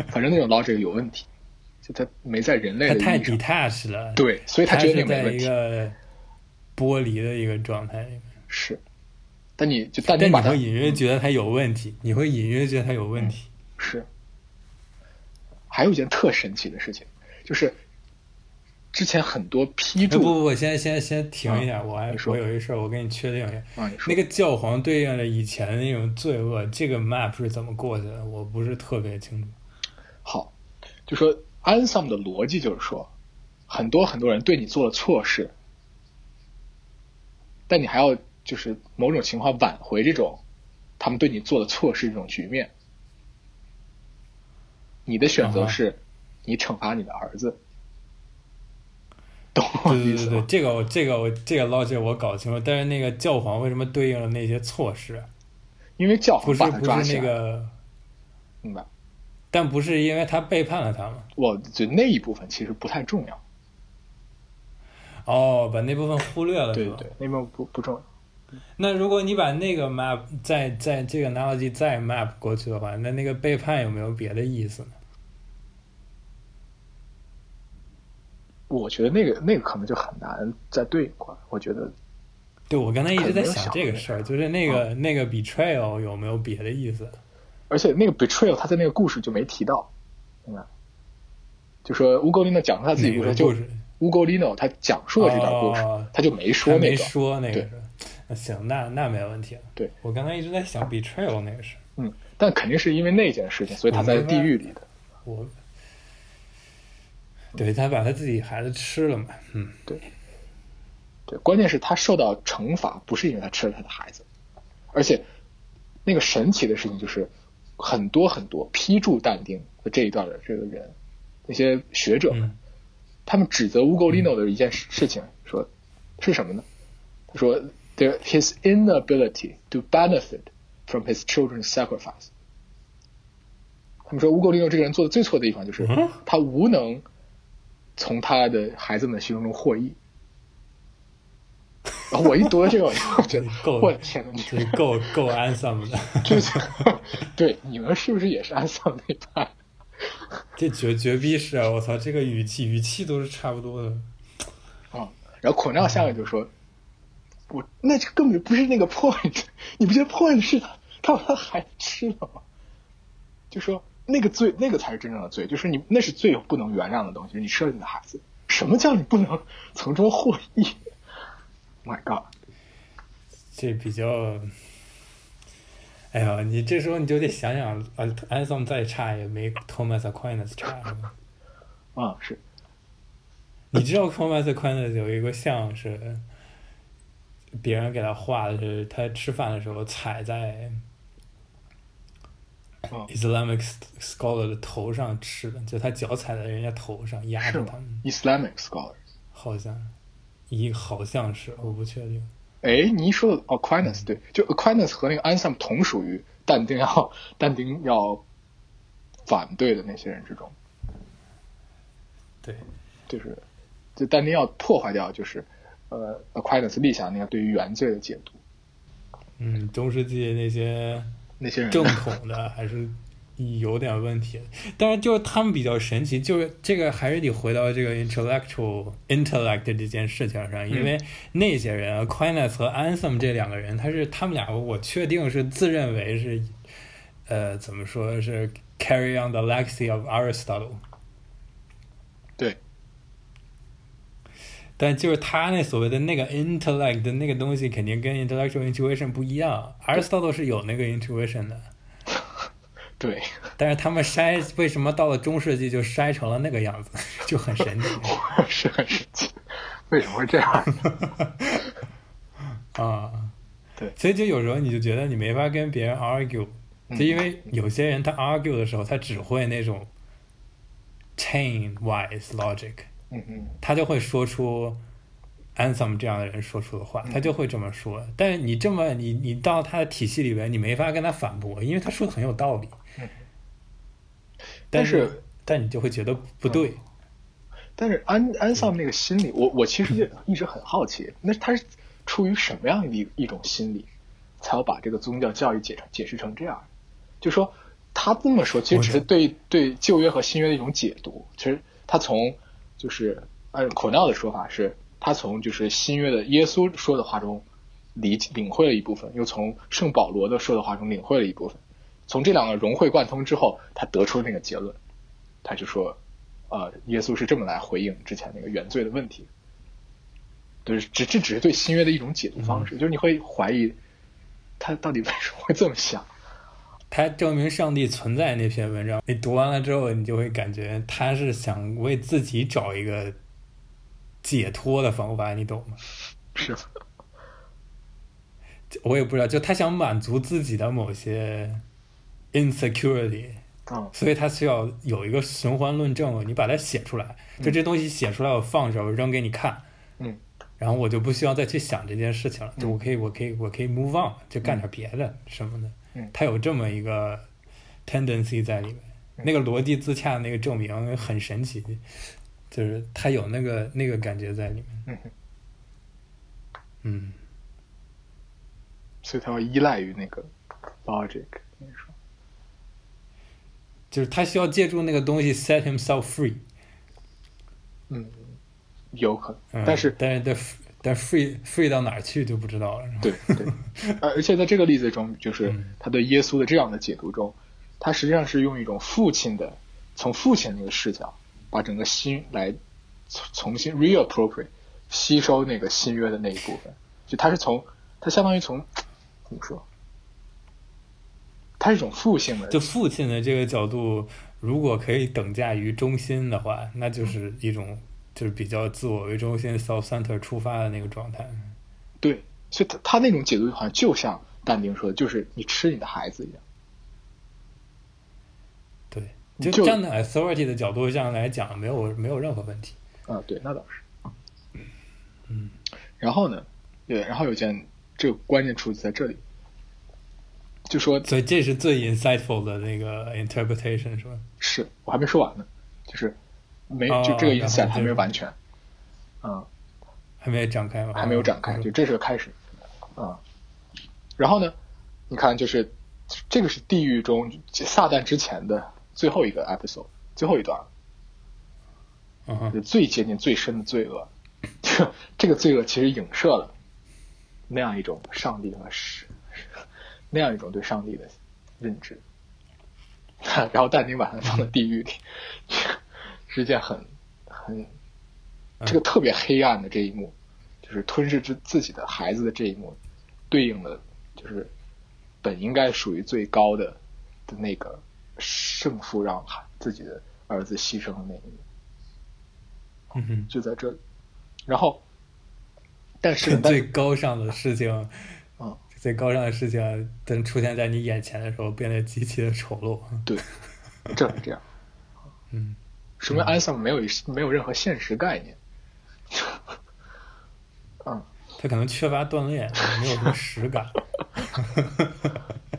A: 反正那种 logic 有问题，就他没在人类
B: 它
A: 的
B: 太
A: 意义上。
B: detached 了。，
A: 对，所以他觉得那
B: 是
A: 个没
B: 在
A: 问
B: 一
A: 题。
B: 个剥离的一个状态里面，
A: 是，但你就但啊
B: 但
A: 你
B: 你
A: 把它
B: 会隐约觉得它有问题，你会隐约觉得它有问题。
A: 是，还有一件特神奇的事情，就是之前很多 批
B: 哎，不
A: 注
B: 不不，先先先停一下，我
A: 啊
B: 还
A: 你说
B: 我有一事儿，我跟你确定一下。
A: 啊，你说
B: 那个教皇对应了以前那种罪恶，这个 map 是怎么过去的？我不是特别清楚。
A: 好，就说 Ansem 的逻辑就是说，很多很多人对你做了错事，但你还要就是某种情况挽回这种他们对你做的错事这种局面。你的选
B: 啊
A: 择
B: 哈
A: 是，你惩罚你的儿子，懂我
B: 对对
A: 意
B: 对
A: 思啊
B: 对，
A: 吗？
B: 这个我这个我这个 logic 我搞清楚，但是那个教皇为什么对应了那些措施？
A: 因为教
B: 不
A: 皇
B: 是
A: 哦把他
B: 不
A: 抓
B: 是
A: 起
B: 那
A: 来，
B: 个，
A: 明白？
B: 但不是因为他背叛了他吗？
A: 我就那一部分其实不太重
B: 啊
A: 要，
B: 哦，把那部分忽略了，
A: 对
B: 是
A: 对
B: 吧？
A: 对，那边不不重要。
B: 那如果你把那个 map 再再这个 analogy 再 map 过去的话，那那个背叛有没有别的意思呢？
A: 我觉得那个那个可能就很难再对应过来，我觉得
B: 对，我刚才一直在
A: 可能没有
B: 想
A: 想
B: 这个事儿，就是
A: 啊
B: 那个、那个 betrayal 有没有别的意思？
A: 而且那个 betrayal 他在那个故事就没提到，明白？就说乌格林的讲他自己
B: 哪
A: 故
B: 个
A: 事，就
B: 故事？
A: 乌沟 Lino 他讲述了这段故事，
B: 哦
A: 他就没说
B: 还
A: 那
B: 没
A: 个。
B: 说那个
A: 对
B: 是吧，那行，那那没问题了。
A: 对，
B: 我刚才一直在想 betrayal 那个事，
A: 嗯，但肯定是因为那件事情，所以他在地狱里的。
B: 我，对他把他自己孩子吃了嘛，嗯，
A: 对，关键是他受到惩罚，不是因为他吃了他的孩子，而且那个神奇的事情就是，很多很多批注但丁的这一段的这个人，那些学者们，
B: 嗯
A: 他们指责乌戈利诺的一件事事情，说是什么呢？他说，there his inability to benefit from his children's sacrifice。他们说乌戈利诺这个人做的最错的地方就是
B: 嗯
A: 他无能从他的孩子们的牺牲中获益。然后我一读到这个，我就觉得
B: 够，
A: 我的天哪，你
B: 这够够 ansam 的，
A: 这是对你们是不是也是安丧那一派？
B: 这绝绝逼是啊！我操，这个语气语气都是差不多的，
A: 啊、然后孔亮下面就说：“我那这根本不是那个 point，你不觉得 point 是他他把他孩子吃了吗？”就说那个罪，那个才是真正的罪，就是你那是最不能原谅的东西，就是你吃了你的孩子。什么叫你不能从中获益？My God！
B: 这比较。哎呀，你这时候你就得想想，安安桑再差也没 Thomas Aquinas 差。
A: 啊、是
B: 你知道 Thomas Aquinas 有一个像是别人给他画的是他吃饭的时候踩在
A: 哦
B: Islamic scholar 的头上吃的，就他脚踩在人家头上压
A: 是
B: 着
A: 吗
B: 他们，
A: ？Islamic scholar。
B: 好像一好像是我不确定。
A: 哎，你一说到 Aquinas，对，就 Aquinas 和那个 Anselm 同属于但丁要但丁要反对的那些人之中。
B: 对，
A: 就是，就但丁要破坏掉，就是呃，Aquinas 立下那个对于原罪的解读，
B: 嗯，中世纪那些
A: 那些人
B: 正统的还是有点问题的，但是就是他们比较神奇，就是这个还是得回到这个 intellectual intellect 这件事情上，因为那些人 Aquinas 和 Anselm 这两个人，他是他们俩，我确定是自认为是，呃，怎么说是 carry on the legacy of Aristotle。
A: 对，
B: 但就是他那所谓的那个 intellect 的那个东西，肯定跟 intellectual intuition 不一样。Aristotle 是有那个 intuition 的，
A: 对，
B: 但是他们筛为什么到了中世纪就筛成了那个样子，就很神奇
A: 是很神奇，为什么会这样？
B: 啊。
A: 对
B: 所以就有时候你就觉得你没法跟别人 argue，就因为有些人他 argue 的时候，他只会那种 chain wise logic，
A: 嗯嗯，
B: 他就会说出 Anselm 这样的人说出的话，他就会这么说。但是你这么你你到他的体系里边，你没法跟他反驳，因为他说的很有道理。但
A: 但是
B: 是但你就会觉得不对，
A: 但是安安丧那个心理，我我其实也一直很好奇，那他是出于什么样的一一种心理，才要把这个宗教教育解成解释成这样？就说他这么说，其实只是对对旧约和新约的一种解读。其实他从就是按孔道的说法是，他从就是新约的耶稣说的话中理领会了一部分，又从圣保罗的说的话中领会了一部分。从这两个融会贯通之后，他得出那个结论，他就说，呃，耶稣是这么来回应之前那个原罪的问题，就是只这只是对新约的一种解读方式，就是你会怀疑他到底为什么会这么想。
B: 他证明上帝存在那篇文章，你读完了之后，你就会感觉他是想为自己找一个解脱的方法，你懂吗？
A: 是，
B: 我也不知道，就他想满足自己的某些 insecurity，
A: 嗯，
B: 所以他需要有一个循环论证，你把它写出来，就这东西写出来，我放这儿，我扔给你看，
A: 嗯，
B: 然后我就不需要再去想这件事情了，就我可以，我可以，我可以 move on，就干点别的什么的，
A: 嗯
B: 他有这么一个 tendency 在里面，
A: 嗯
B: 那个逻辑自洽的那个证明很神奇，就是他有那个那个感觉在里面，
A: 嗯哼
B: 嗯，
A: 所以他要依赖于那个 logic。你说，
B: 就是他需要借助那个东西 set himself free，
A: 嗯，有可能，
B: 嗯、
A: 但是
B: 但是但 f- 但 free free 到哪儿去就不知道了，
A: 对对，而而且在这个例子中，就是
B: 嗯
A: 他对耶稣的这样的解读中，他实际上是用一种父亲的，从父亲那个视角，把整个心来重新 reappropriate 吸收那个新约的那一部分，就它是从它相当于从怎么说，它是一种复性的，
B: 就父亲的这个角度，如果可以等价于中心的话，那就是一种就是比较自我为中心 self center 出发的那个状态。
A: 对，所以他他那种解读好像就像但丁说的，就是你吃你的孩子一样。
B: 对，就
A: 就
B: 站在 authority 的角度上来讲，没有没有任何问题。
A: 啊，对，那倒是。
B: 嗯，
A: 然后呢？对，然后有件这个关键处在这里，就说
B: 所以这是最 insightful 的那个 interpretation 是吧？
A: 是我还没说完呢，就是没
B: 哦
A: 就这个
B: 然后
A: insight 还
B: 对
A: 没有完全，嗯，
B: 还没有展开吗？
A: 还没有展开，
B: 嗯
A: 就这是个开始，啊、然后呢？你看，就是这个是地狱中撒旦之前的最后一个 episode，最后一段，
B: 嗯
A: 就
B: 哼，
A: 最接近最深的罪恶。 这这个罪恶其实影射了那样一种上帝和是那样一种对上帝的认知。 然后但丁把它放在地狱里， 是一件很很这个特别黑暗的这一幕，就是吞噬自自己的孩子的这一幕，对应了就是本应该属于最高的的那个胜负让孩自己的儿子牺牲的那一幕。
B: 嗯哼，
A: 就在这里。然后，但是
B: 这
A: 呢，但
B: 最高尚的事情，
A: 嗯，
B: 最高尚的事情，等出现在你眼前的时候，变得极其的丑陋。
A: 正是这样，
B: 嗯，
A: 说明安塞姆没有一没有任何现实概念。嗯，
B: 他可能缺乏锻炼，没有什么实感。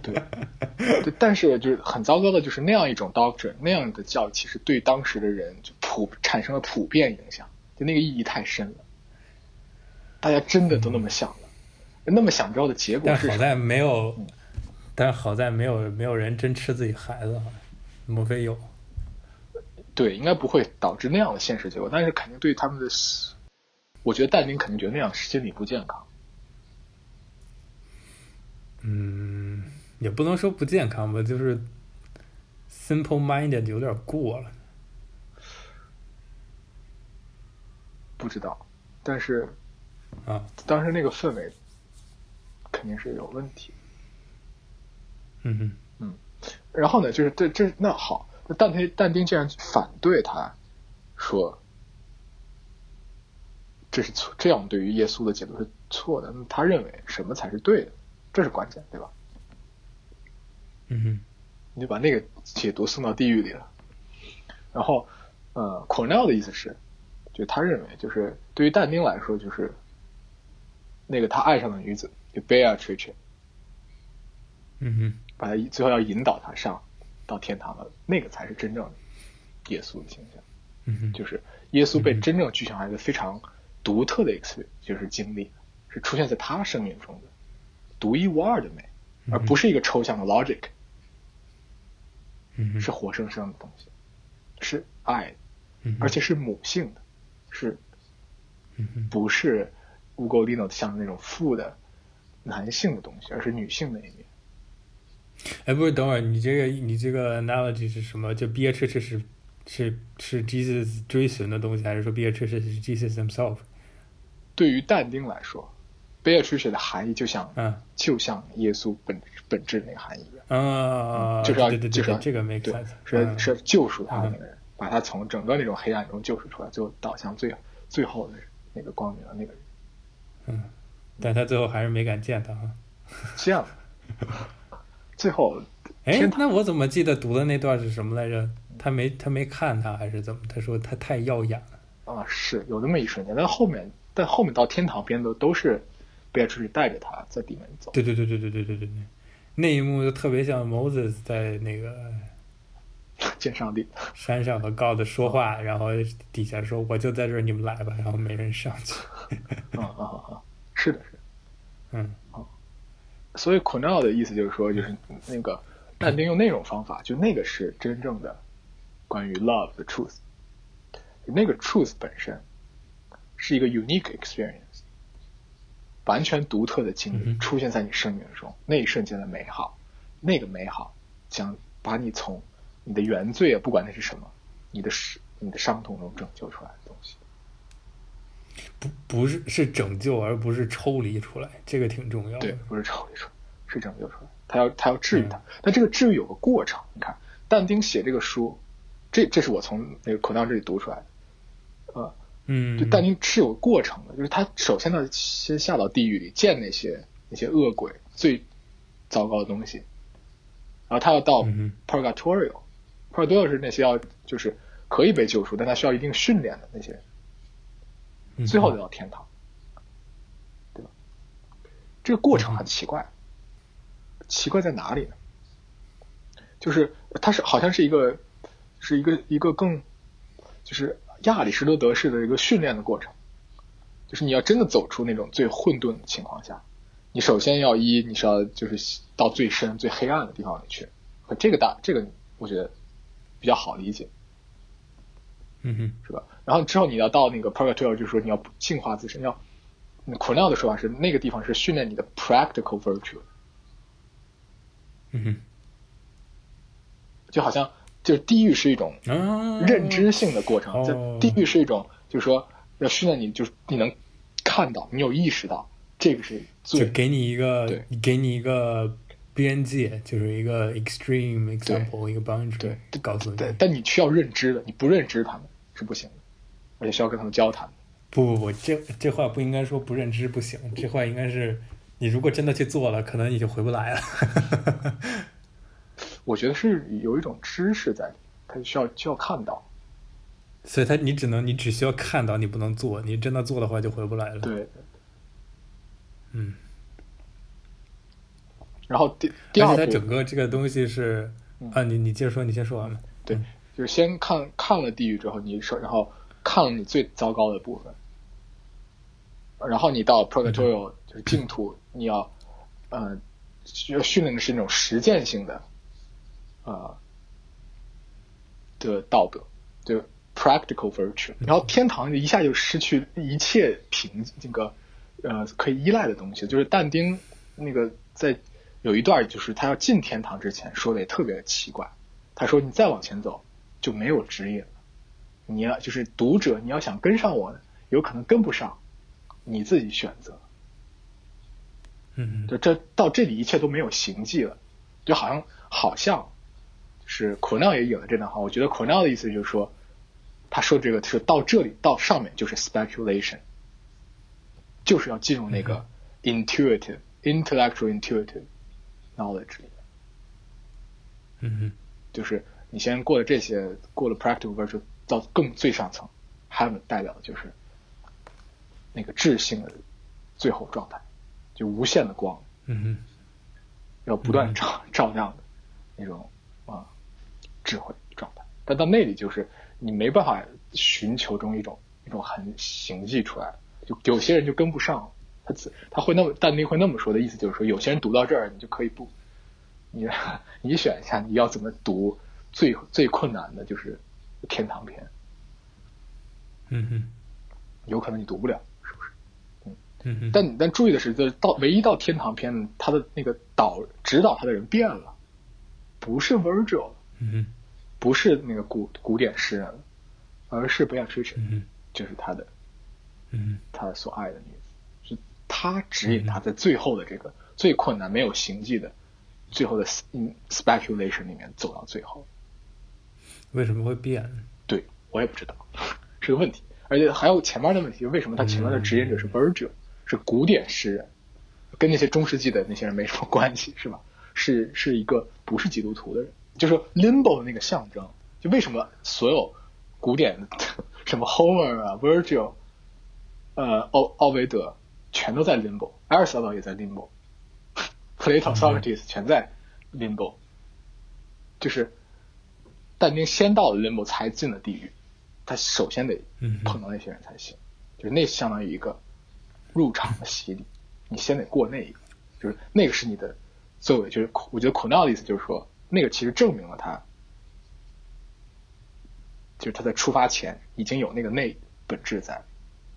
A: 对，对，但是就是很糟糕的，就是那样一种 doctrine，那样的教，其实对当时的人就普产生了普遍影响，就那个意义太深了，大家真的都那么想了，那么想之后的结果
B: 嗯但
A: 是嗯
B: 好
A: 什么？
B: 在没有，但好在没有没有人真吃自己孩子，好像莫非有？
A: 对，应该不会导致那样的现实结果，但是肯定对他们的，我觉得但丁肯定觉得那样心理不健康。
B: 嗯，也不能说不健康吧，就是 simple minded 有点过了。
A: 不知道，但是
B: 啊，
A: 当时那个氛围肯定是有问题。
B: 嗯哼，
A: 然后呢，就是这这那好，那但丁但丁竟然反对他，说这是错，这样对于耶稣的解读是错的。那他认为什么才是对的？这是关键，对吧？
B: 嗯哼。
A: 你就把那个解读送到地狱里了。然后，呃，Cornell 的意思是，就他认为，就是对于但丁来说，就是那个他爱上的女子，就 Beatrice，
B: 嗯哼，
A: 把他最后要引导他上到天堂的那个才是真正的耶稣的形象，
B: 嗯哼，
A: 就是耶稣被
B: 嗯
A: 真正具象化一个非常独特的 experience，就是经历，是出现在他生命中的独一无二的美，
B: 嗯
A: 而不是一个抽象的 logic，
B: 嗯哼，
A: 是活生生的东西，是爱的，
B: 嗯哼，
A: 而且是母性的，是
B: 嗯哼，
A: 不是乌沟利诺像那种负的男性的东西，而是女性的一面。
B: 哎，不是，等会儿你这个你这个 analogy 是什么？就 Beatrice 是是是 Jesus 追寻的东西，还是说 Beatrice 是 Jesus himself？
A: 对于但丁来说，Beatrice 的含义就像
B: 嗯
A: 就像耶稣本本质那个含义一样，
B: 啊，
A: 嗯就是要
B: 对对
A: 就
B: 对
A: 是
B: 对
A: 要，
B: 这个 make
A: 对
B: sense，，
A: 是
B: 嗯
A: 是救赎他的那个人，把他从整个那种黑暗中救赎出来，最后导向最最后的那个光明的那个人，
B: 但他最后还是没敢见他啊。
A: 这样，最后
B: 哎
A: 天，堂
B: 那我怎么记得读的那段是什么来着？他没他没看他还是怎么？他说他太耀眼了。
A: 啊是有那么一瞬间，但后面但后面到天堂边的都是 Beatrice 带着他在地面走，
B: 对对对对对对对对对，那一幕就特别像 Moses 在那个
A: 见上帝，
B: 山上和 God 说话，然后底下说我就在这儿，你们来吧，然后没人上 去。
A: 啊啊啊，是的是的。
B: 嗯
A: 所以 Cornell 的意思就是说，就是那个但丁用那种方法，就那个是真正的关于 love 的 truth，那个 truth 本身是一个 unique experience，完全独特的经
B: 嗯
A: 历
B: 哼
A: 出现在你生命中，那一瞬间的美好，那个美好将把你啊从你的原罪，不管那是什么，你的是你的伤痛中拯救出来的东西，
B: 不不是是拯救，而不是抽离出来，这个挺重要的。
A: 对，嗯不是抽离出来，是拯救出来。他要他要治愈
B: 嗯
A: 他，但这个治愈有个过程。你看，但丁写这个书，这这是我从那个孔荡这里读出来的。呃，
B: 嗯，
A: 就但丁是有过程的，就是他首先呢，先下到地狱里见那些那些恶鬼最糟糕的东西，然后他要到
B: 嗯
A: purgatorio，purgatorio、purgatorio 是那些要就是可以被救赎，但他需要一定训练的那些人，
B: 嗯
A: 最后得到天堂，对吧？这个过程很奇怪，奇怪在哪里呢？就是它是好像是一个是一个一个更就是亚里士多德式的一个训练的过程，就是你要真的走出那种最混沌的情况下，你首先要一你是要就是到最深最黑暗的地方里去，和这个大这个我觉得比较好理解，
B: 嗯哼，
A: 是吧？然后之后你要到那个 purgatorio，就是说你要净化自身，要孔亮的说法是那个地方是训练你的 practical virtue，
B: 嗯
A: 就好像就是地狱是一种
B: 哼，啊，
A: 认知性的过程，在
B: 哦
A: 地狱是一种，就是说要训练你，就是你能看到，你有意识到这个是
B: 就
A: 最
B: 给你一个
A: 对，
B: 给你一个边界，就是一个 extreme example，一个 boundary，
A: 对，
B: 告诉你，
A: 对，但你需要认知的，你不认知他们是不行的，而且需要跟他们交谈。
B: 不不不，这这话不应该说不认知不行，这话应该是你如果真的去做了，可能你就回不 来了。
A: 我觉得是有一种知识在里，他需要需要看到。
B: 所以他你只能你只需要看到，你不能做，你真的做的话就回不来了。，
A: 对，
B: 嗯，
A: 然后第第
B: 而
A: 二
B: 且它
A: 步
B: 整个这个东西是
A: 嗯
B: 啊，你你接着说，你先说完吧。
A: 对，就是先看看了地狱之后，你说，然后看了你最糟糕的部分，然后你到 purgatorio 就是净土，你要呃需要训练的是那种实践性的呃的道德，就 practical virtue。然后天堂一下就失去一切平那个呃可以依赖的东西，就是但丁那个在有一段就是他要进天堂之前说的也特别奇怪。他说你再往前走就没有指引了，你要就是读者，你要想跟上我，有可能跟不上，你自己选择。
B: 嗯
A: 就这到这里一切都没有形迹了，就好像好像就是孔亮也引了这段话，我觉得孔亮的意思就是说，他说这个是到这里到上面就是 speculation，就是要进入那个 intuitive intellectual intuitive knowledge 里面。
B: 嗯
A: 就是你先过了这些，过了 practical virtue 到更最上层，heaven 代表的就是那个智性的最后状态，就无限的光，
B: 嗯嗯
A: 要不断照、照亮的那种啊、智慧状态。但到那里就是你没办法寻求中一种一种很形迹出来，就有些人就跟不上，他自他会那么但丁会那么说的意思就是说，有些人读到这儿你就可以不，你你选一下你要怎么读最最困难的就是天堂篇，
B: 嗯嗯
A: 有可能你读不了，是不是？
B: 嗯嗯，
A: 但但注意的是，就是到唯一到天堂篇，他的那个导指导他的人变了，不是 Virgil 了。
B: 嗯
A: 不是那个古古典诗人，而是北野吹神，
B: 嗯
A: 就是他的
B: 嗯
A: 他所爱的女子，是他指引他在最后的这个最困难、没有形迹的最后的 s- 嗯 speculation 里面走到最后。
B: 为什么会变？
A: 对我也不知道，是个问题。而且还有前面的问题，为什么他前面的指引者是 Virgil，是古典诗人，跟那些中世纪的那些人没什么关系，是吧？是是一个不是基督徒的人，就是 limbo 的那个象征。就为什么所有古典的什么 Homer 啊、Virgil，呃、奥奥维德全都在 limbo，阿尔萨岛也在 limbo，Plato、Socrates 全在 limbo，就是但丁先到了 limbo 才进了地狱，他首先得
B: 嗯
A: 碰到那些人才行，就是那相当于一个入场的洗礼，你先得过那一个，就是那个是你的作为，就是我觉得苦闹的意思就是说，那个其实证明了他，就是他在出发前已经有那个内本质在，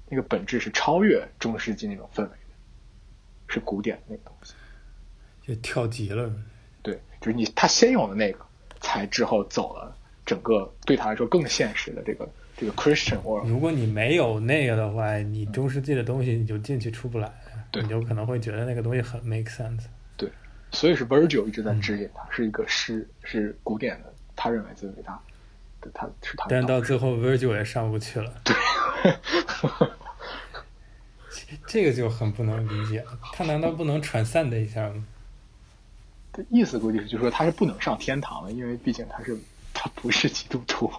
A: 那个本质是超越中世纪那种氛围的，是古典的那个东西。
B: 就跳级了。
A: 对，就是你他先有了那个，才之后走了整个对他来说更现实的这个这个 Christian world。
B: 如果你没有那个的话，你中世纪的东西你就进去出不来，
A: 对
B: 你就可能会觉得那个东西很 make sense。
A: 所以是 Virgil 一直在指引他，是一个诗，是古典的，他认为最伟大的，他是他的
B: 但
A: 导
B: 到
A: 师。
B: 最后 Virgil 也上不去了，
A: 对，
B: 这个就很不能理解了。他难道不能 transcend 一下吗？
A: 这意思估计是，就是说他是不能上天堂的，因为毕竟他是他不是基督徒。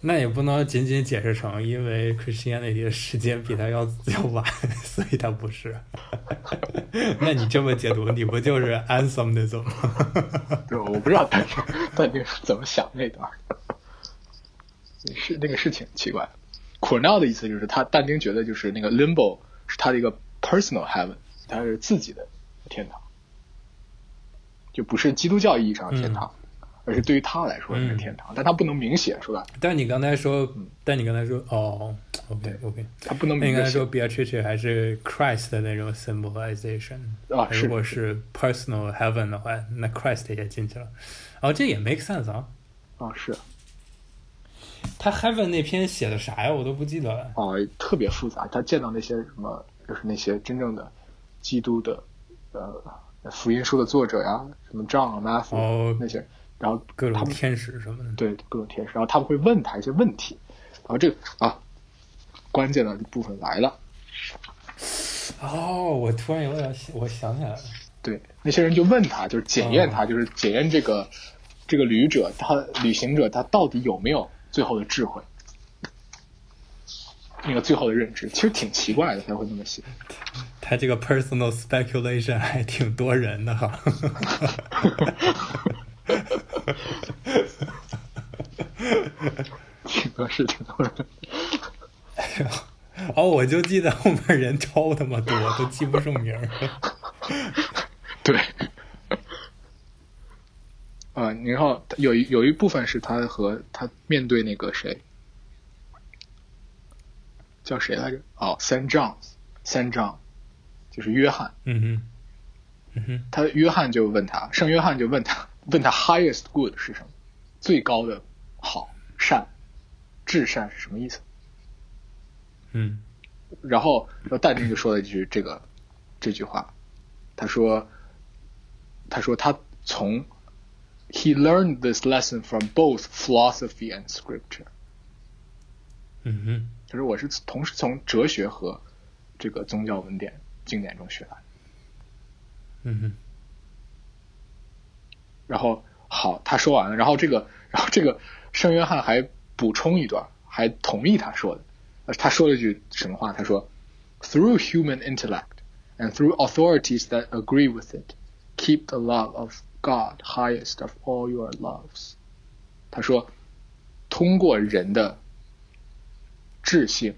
B: 那也不能仅仅解释成因为 Christianity 的时间比他要要晚，所以他不是。 那你这么解读，你不就是 anthemism 吗？
A: 对，我不知道但是但丁是怎么想那段儿，是那个是挺奇怪的。Cornell 的意思就是他但丁觉得就是那个 limbo 是他的一个 personal heaven，他是自己的天堂，就不是基督教意义上的
B: 嗯
A: 天堂，而是对于他来说是天堂，但他不能明写出来，
B: 但你刚才说，但你刚才说，哦，OK OK，
A: 他不能
B: 那应
A: 明着
B: 该
A: 写
B: 说 Beatrice 还是 Christ 的那种 symbolization。
A: 啊，是
B: 如果是 personal heaven 的话，那 Christ 也进去了。哦，这也 make sense 啊。
A: 啊是
B: 他 heaven 那篇写的啥呀？我都不记得了。
A: 啊，特别复杂。他见到那些什么，就是那些真正的基督的，呃，福音书的作者呀，什么 John 啊、Matthew、
B: 哦
A: 那些，然后
B: 各
A: 他
B: 种
A: 们
B: 天使什么的。
A: 对各种天使，然后他们会问他一些问题，然后这个啊，关键的部分来了，
B: 哦，我突然有点想，我想起来了。
A: 对，那些人就问他，就是检验
B: 哦
A: 他，就是检验这个这个旅者，他旅行者他到底有没有最后的智慧。那个最后的认知其实挺奇怪的，才会那么写。
B: 他这个 personal speculation 还挺多人的哈。
A: 挺多事情都是
B: 哦，我就记得后面人超他妈多，都记不住名儿。
A: 对。啊、然后有一有一部分是他和他面对那个谁，叫谁来着？哦，三丈，三丈，就是约翰。
B: 嗯哼，嗯哼，
A: 他约翰就问他，圣约翰就问他，问他 highest good 是什么？最高的好善，至善是什么意思？
B: 嗯
A: 然后，然后但丁就说了一句这个这句话，他说，他说他从 he learned this lesson from both philosophy and scripture，
B: 嗯哼。
A: 他说我是同时从哲学和这个宗教文典经典中学来的。
B: 嗯哼，
A: 然后好，他说完了，然后这个，然后这个圣约翰还补充一段，还同意他说的，呃他说了一句什么话？他说，Through human intellect and through authorities that agree with it, keep the love of God highest of all your loves。他说，通过人的智性，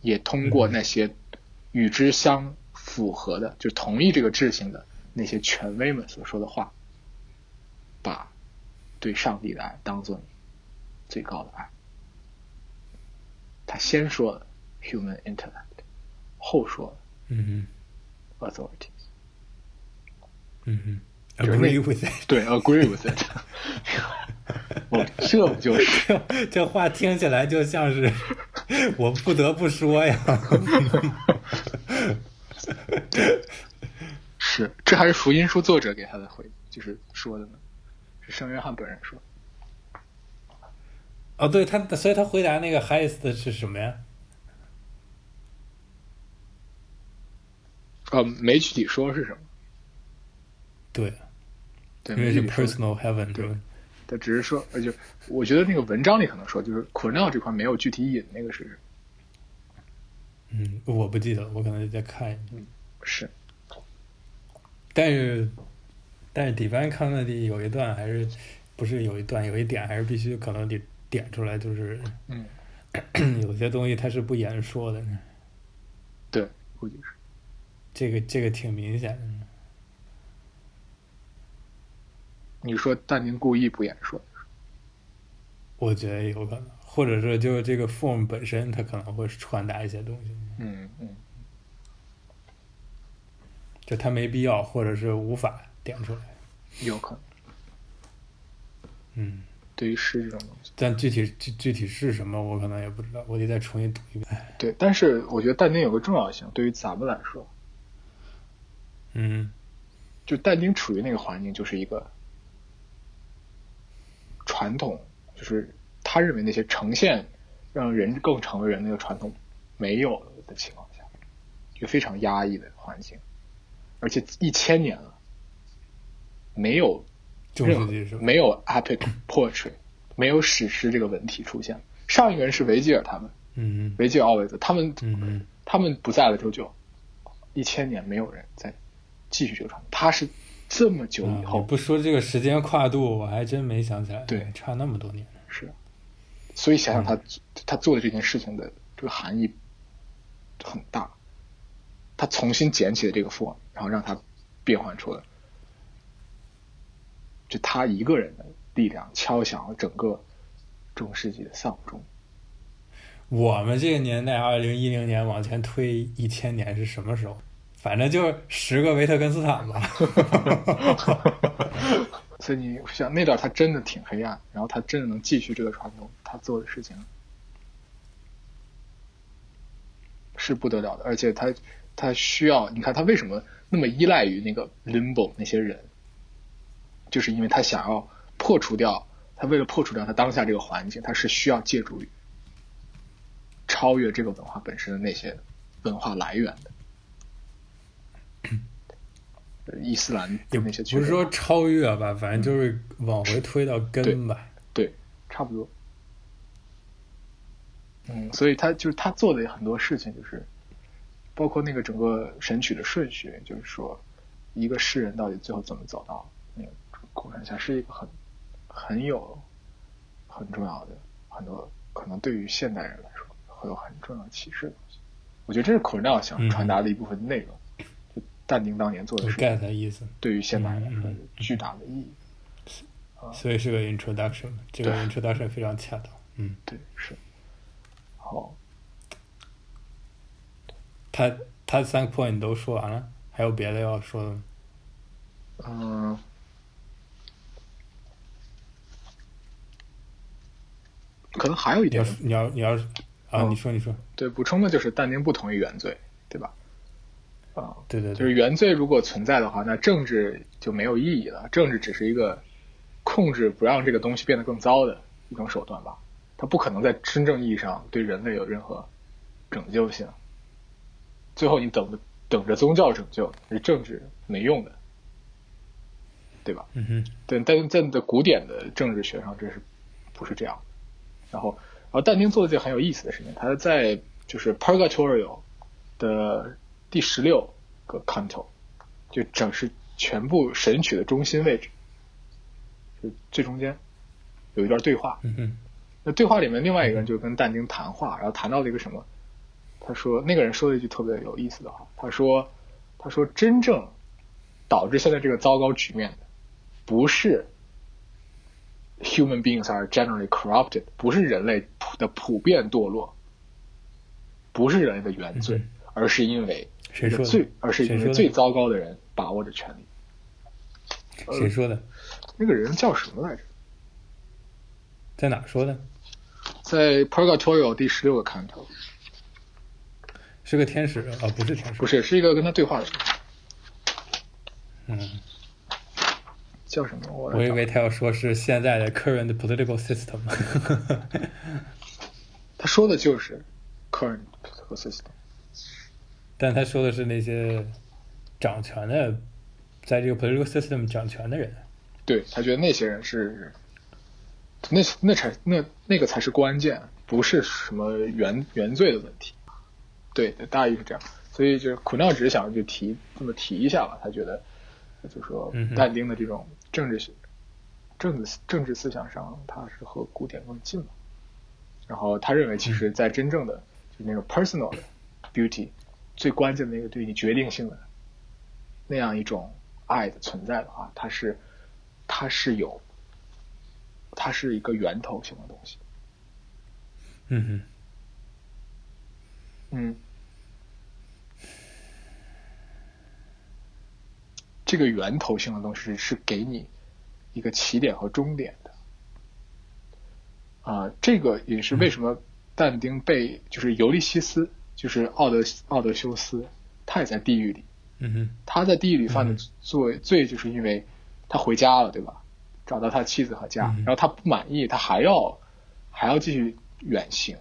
A: 也通过那些与之相符合的，就同意这个智性的那些权威们所说的话，把对上帝的爱当做你最高的爱。他先说了 human intellect，后说
B: 嗯
A: 了 authority。
B: 哼，嗯哼
A: 就是那
B: ，agree with it。
A: 对，agree with it。我这不就是
B: 这 这话听起来就像是我不得不说呀。
A: 是这还是福音书作者给他的回，就是说的呢，是圣约翰本人说的。
B: 哦，对他，所以他回答那个 highest 是什么呀？
A: 呃，没具体说是什么，
B: 对，
A: 对，
B: 因
A: 没
B: 为
A: 具
B: 是
A: 体说是什么。
B: personal heaven，对吧？
A: 他只是说，呃，就我觉得那个文章里可能说，就是 Cornell 这块没有具体引那个是
B: 嗯，我不记得了，我可能再看一下。
A: 是
B: 但是，但是 Divine Comedy 有一段还是不是有一段有一点还是必须可能得点出来，就是
A: 嗯，
B: 有些东西它是不言说的，
A: 对，估计是
B: 这个这个挺明显的。
A: 你说但您故意不演说，
B: 我觉得有可能，或者是就是这个 form 本身，它可能会传达一些东西，
A: 嗯嗯，
B: 就它没必要，或者是无法点出来。
A: 有可能，
B: 嗯，
A: 对于诗这种东西。
B: 但具体具具体是什么，我可能也不知道，我得再重新读一遍。唉
A: 对，但是我觉得但丁有个重要性，对于咱们来说，
B: 嗯，
A: 就但丁处于那个环境，就是一个传统，就是他认为那些呈现让人更成为人那个传统没有了的情况下，一个非常压抑的环境，而且一千年了，没有
B: 重
A: 任
B: 视
A: 何
B: 技术，
A: 没有 epic poetry，没有史诗这个文体出现。上一个人是维吉尔他们，
B: 嗯
A: 维吉尔奥维兹，他们
B: 嗯嗯
A: 他们不在了之后就一千年没有人再继续这个传统，他是这么久
B: 嗯，
A: 以
B: 啊你
A: 后、
B: 不说这个时间跨度，我还真没想起来，
A: 对
B: 差那么多年。
A: 是，所以想想他、
B: 嗯
A: 他做的这件事情的这个含义很大，他重新捡起了这个 form，然后让它变换出来，就他一个人的力量敲响了整个中世纪的丧钟。
B: 我们这个年代，二零一零年往前推一千年是什么时候？反正就是十个维特根斯 坦吧。
A: 所以你想那段他真的挺黑暗，然后他真的能继续这个传统，他做的事情是不得了的，而且他他需要，你看他为什么那么依赖于那个 limbo 那些人，就是因为他想要破除掉，他为了破除掉他当下这个环境，他是需要借助于超越这个文化本身的那些文化来源的。伊斯兰
B: 也
A: 那
B: 不
A: 些
B: 是
A: 群体
B: 说超越吧，反正就是往回推到根吧。
A: 差不多。嗯，所以他就是他做的很多事情，就是包括那个整个神曲的顺序，就是说一个诗人到底最后怎么走到那个共产下，是一个很很有很重要的很多可能对于现代人来说会有很重要的启示的东西。我觉得这是孔尔道想
B: 嗯
A: 传达的一部分内容，就但丁当年做的
B: 我
A: 事情
B: get 的意思，
A: 对于现代人来说
B: 嗯嗯
A: 有巨大的意义。
B: 所以是个 introduction，这个
A: 对
B: introduction 非常恰当。嗯，
A: 对，是。好，
B: 他他三个 point 都说完了，还有别的要说的吗？
A: 嗯，可能还有一
B: 你要
A: 点
B: 是你要你要是啊，
A: 嗯
B: 你说你说，
A: 对补充的就是但丁不同意原罪，对吧？啊、
B: 对对
A: 就是
B: 对，
A: 原罪如果存在的话，那政治就没有意义了，政治只是一个控制不让这个东西变得更糟的一种手段吧，它不可能在真正意义上对人类有任何拯救性。最后你等着等着宗教拯救，而政治没用的，对吧？
B: 嗯哼，
A: 对，但是在在古典的政治学上，这是不是这样的？然后，然后但丁做了一件很有意思的事情，他在就是 Purgatorio 的第十六个 canto，就整是全部神曲的中心位置，就最中间有一段对话。
B: 嗯哼，
A: 那对话里面另外一个人就跟但丁谈话，然后谈到了一个什么？他说那个人说了一句特别有意思的话，他说他说真正导致现在这个糟糕局面的不是 human beings are generally corrupted，不是人类普的普遍堕落，不是人类的原罪，
B: 嗯
A: 而是因为
B: 谁说的
A: 最？而是
B: 谁
A: 因
B: 说
A: 为
B: 的
A: 最糟糕的人把握着权力。
B: 谁说
A: 呃
B: 的？
A: 那个人叫什么来着？
B: 在哪说的？
A: 在 Purgatorio 第十六个 canto，
B: 是个天使啊，不是天使，
A: 不是是一个跟他对话的人。
B: 嗯，
A: 呃叫什么？我来
B: 我以
A: 找
B: 为他要说是现在的 current political system，
A: 他说的就是 current political system。
B: 但他说的是那些掌权的，在这个 political system 掌权的人。
A: 对他觉得那些人是，那那才那那个才是关键，啊不是什么原原罪的问题。对，大意是这样。所以就是苦难只是想就提这么提一下吧，他觉得就说
B: 嗯哼
A: 但丁的这种政治学、政治政治思想上，他是和古典更近嘛。然后他认为，其
B: 嗯
A: 实，在真正的就是那个 personal 的 beauty，最关键的那个对你决定性的那样一种爱的存在的话，它是它是有，它是一个源头性的东西。
B: 嗯哼。
A: 嗯，这个源头性的东西是给你一个起点和终点的，啊、这个也是为什么但丁被就是尤利西斯，就是奥德奥德修斯，他也在地狱里。
B: 嗯哼，
A: 他在地狱里犯的罪罪，就是因为他回家了，对吧？找到他妻子和家，
B: 嗯
A: 然后他不满意，他还要还要继续远行。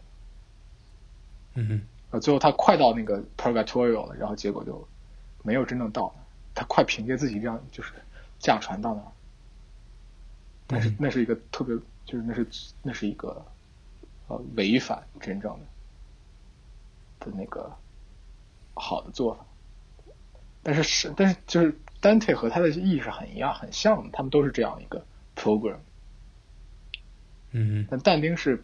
B: 嗯哼，
A: 呃，最后他快到那个 purgatorio 了，然后结果就没有真正到那儿，他快凭借自己这样就是驾船到那儿，但是
B: 嗯
A: 那是一个特别，就是那是那是一个呃违反真正的的那个好的做法，但是是但是就是丹特和他的意义是很一样很像的，他们都是这样一个 program，
B: 嗯哼，
A: 但但丁是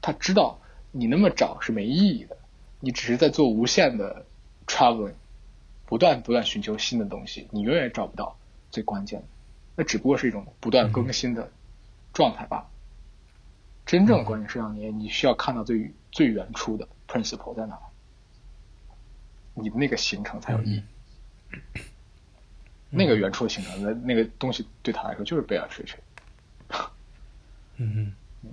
A: 他知道你那么找是没意义的，你只是在做无限的 traveling，不断不断寻求新的东西，你永远找不到最关键的，那只不过是一种不断更新的状态罢了。真正的关键是让你你需要看到最最原初的 principle 在哪儿，你的那个形成才有意义。
B: 嗯
A: 那个原初的形成，那那个东西对他来说就是贝尔水水。
B: 嗯哼，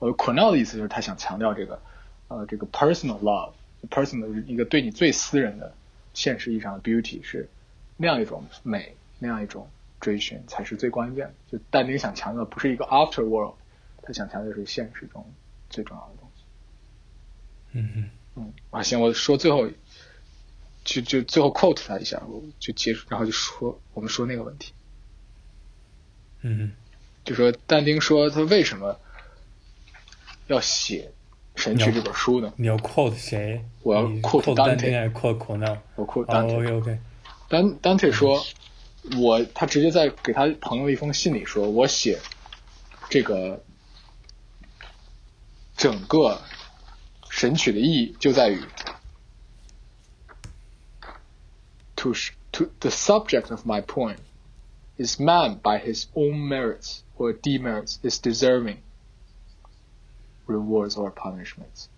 A: 呃 c o r n e l 的意思就是他想强调这个，呃，这个 personal love，personal 就是一个对你最私人的现实意义上的 beauty 是那样一种美，那样一种追寻才是最关键的。就但丁想强调的不是一个 after world，他想强调的是现实中最重要的东西。
B: 嗯哼。
A: 嗯，啊，行，我说最后，就就最后 quote 他一下，我就结束，然后就说我们说那个问题。
B: 嗯
A: 就说但丁说他为什么要写《神曲》这本书呢？
B: 哼，你要 quote 谁？
A: 我要
B: 你
A: quote
B: quote
A: Dante
B: 丹丁还是 quote Cornell？
A: 我 quote
B: 哦
A: 丹特。
B: ，OK OK，
A: 丹丹特说，我他直接在给他朋友一封信里说，我写这个整个神曲的意义就在于 to sh- to the subject of my poem is man by his own merits or demerits is deserving rewards or punishments.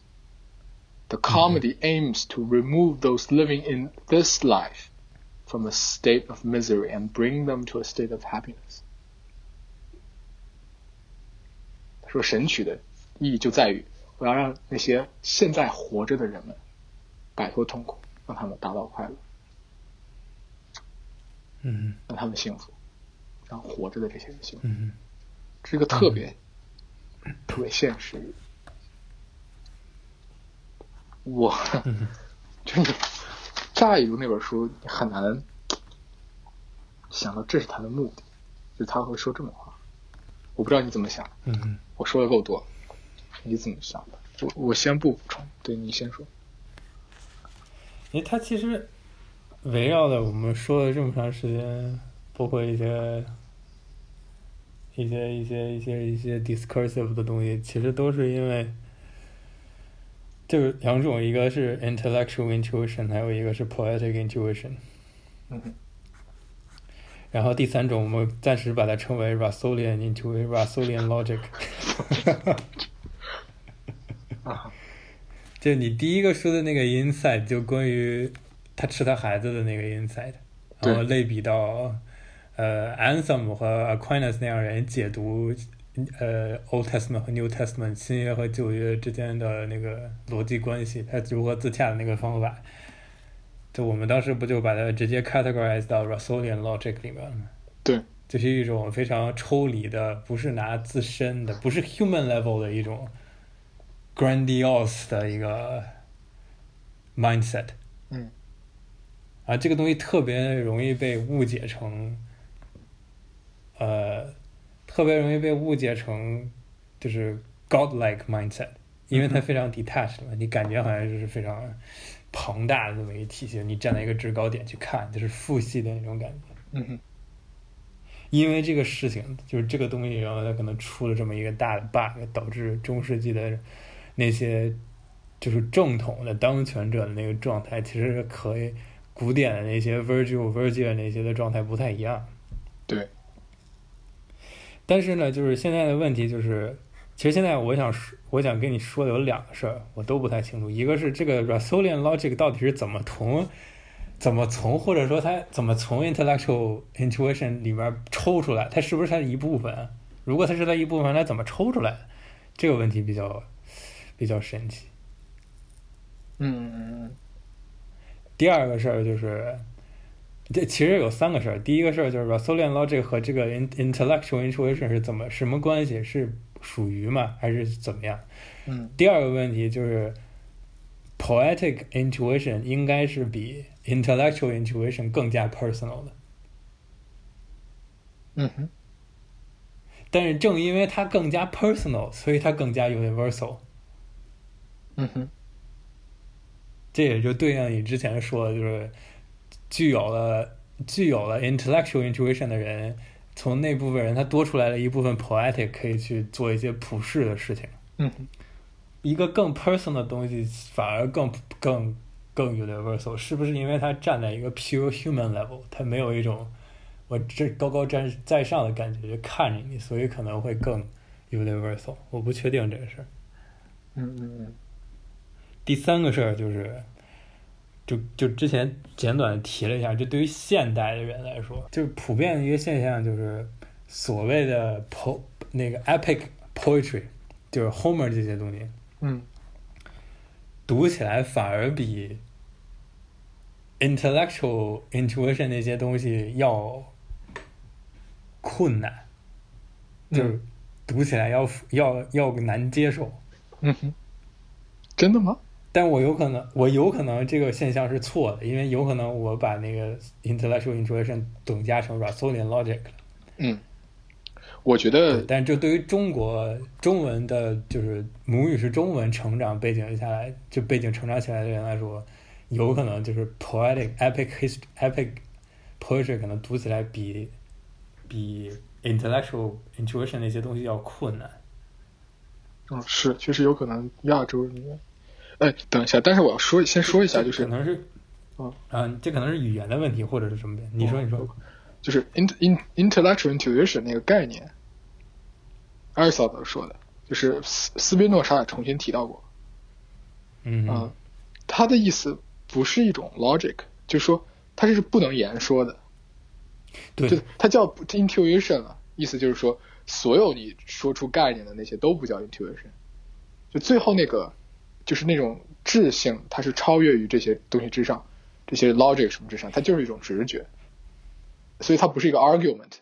A: The comedy aims to remove those living in this life from a state of misery and bring them to a state of happiness。他说，神曲的意义就在于我要让那些现在活着的人们摆脱痛苦，让他们达到快乐，
B: 嗯
A: 让他们幸福，让活着的这些人幸福
B: 哼。嗯
A: 这是一个特别、特别现实。我
B: 哼嗯哼
A: 就是你乍一读那本书，你很难想到这是他的目的，就是他会说这么话。我不知道你怎么想，
B: 嗯哼。
A: 我说的够多，你怎么想的？我我先不补充，对你先说。
B: 因为它其实围绕的我们说了这么长时间，包括一些一些一些一些一些 discursive 的东西，其实都是因为就是两种，一个是 intellectual intuition，还有一个是 poetic intuition。
A: 嗯哼，
B: 然后第三种，我们暂时把它称为 Russellian intuition、Russellian logic。
A: 啊，
B: 就你第一个说的那个 insight，就关于他吃他孩子的那个 insight，
A: 对
B: 然后类比到呃 Anselm 和 Aquinas 那样人解读呃 Old Testament 和 New Testament 新约和旧约之间的那个逻辑关系，他如何自洽的那个方法。就我们当时不就把它直接 categorize 到 Russellian logic 里面了吗？
A: 对，
B: 这是一种非常抽离的，不是拿自身的，不是 human level 的一种 grandiose 的一个 mindset
A: 嗯
B: 啊，这个东西特别容易被误解成，呃，特别容易被误解成就是 godlike mindset，因为它非常 detached 嘛，你感觉好像就是非常庞大的这么一个体系，你站在一个制高点去看，就是父系的那种感觉。
A: 嗯哼，
B: 因为这个事情，就是这个东西，然后它可能出了这么一个大的 bug，导致中世纪的那些就是正统的当权者的那个状态，其实和古典的那些 Virgil、Virgil 那些的状态不太一样。
A: 对，
B: 但是呢，就是现在的问题就是，其实现在我想说，我想跟你说的有两个事儿，我都不太清楚。一个是这个 Russellian logic 到底是怎么从怎么从或者说它怎么从 intellectual intuition 里边抽出来，它是不是它的一部分？如果它是在一部分，它怎么抽出来的？这个问题比较比较神奇。
A: 嗯嗯
B: 第二个事儿就是，这其实有三个事儿。第一个事儿就是 Russell Logic 和这个 in- intellectual intuition 是怎么什么关系？是属于吗？还是怎么样？
A: 嗯
B: 第二个问题就是，poetic intuition 应该是比 intellectual intuition 更加 personal 的。
A: 嗯哼
B: 但是正因为它更加 personal，所以它更加 universal。
A: 嗯哼
B: 这也就对应你之前说的，就是具有了具有了 intellectual intuition 的人，从那部分人他多出来了一部分 poetic，可以去做一些普世的事情。
A: 嗯哼
B: 一个更 personal 的东西反而更更更 universal，是不是因为它站在一个 pure human level，它没有一种我这高高站在上的感觉，就看着你，所以可能会更 universal。我不确定这个事儿。
A: 嗯嗯
B: 第三个事儿就是，就就之前简短地提了一下，就对于现代的人来说，就是普遍的一个现象，就是所谓的 po 那个 epic poetry，就是 Homer 这些东西，
A: 嗯
B: 读起来反而比 intellectual intuition 那些东西要困难，
A: 嗯
B: 就是读起来要要要难接受。
A: 嗯哼，真的吗？
B: 但我有可能，我有可能这个现象是错的，因为有可能我把那个 intellectual intuition 等价成 Russellian logic 了。
A: 嗯，我觉得
B: 但就对于中国中文的，就是母语是中文成长背景下来，就背景成长起来的人来说，有可能就是 poetic epic hist epic poetry 可能读起来比比 intellectual intuition 那些东西要困难。
A: 嗯，是，确实有可能亚洲里面。哎，等一下，但是我要说，先说一下，就
B: 这
A: 是
B: 可能是，
A: 嗯哦
B: 嗯，这可能是语言的问题，或者是什么问题？你说，你说，
A: 就是 in in intellectual intuition 那个概念，艾尔萨德说的，就是斯斯宾诺莎也重新提到过。
B: 嗯
A: 嗯，他的意思不是一种 logic，就是说它是不能言说的，
B: 对
A: 就，是它叫 intuition 了，意思就是说所有你说出概念的那些都不叫 intuition，就最后那个就是那种智性，它是超越于这些东西之上，这些 logic 什么之上，它就是一种直觉，所以它不是一个 argument。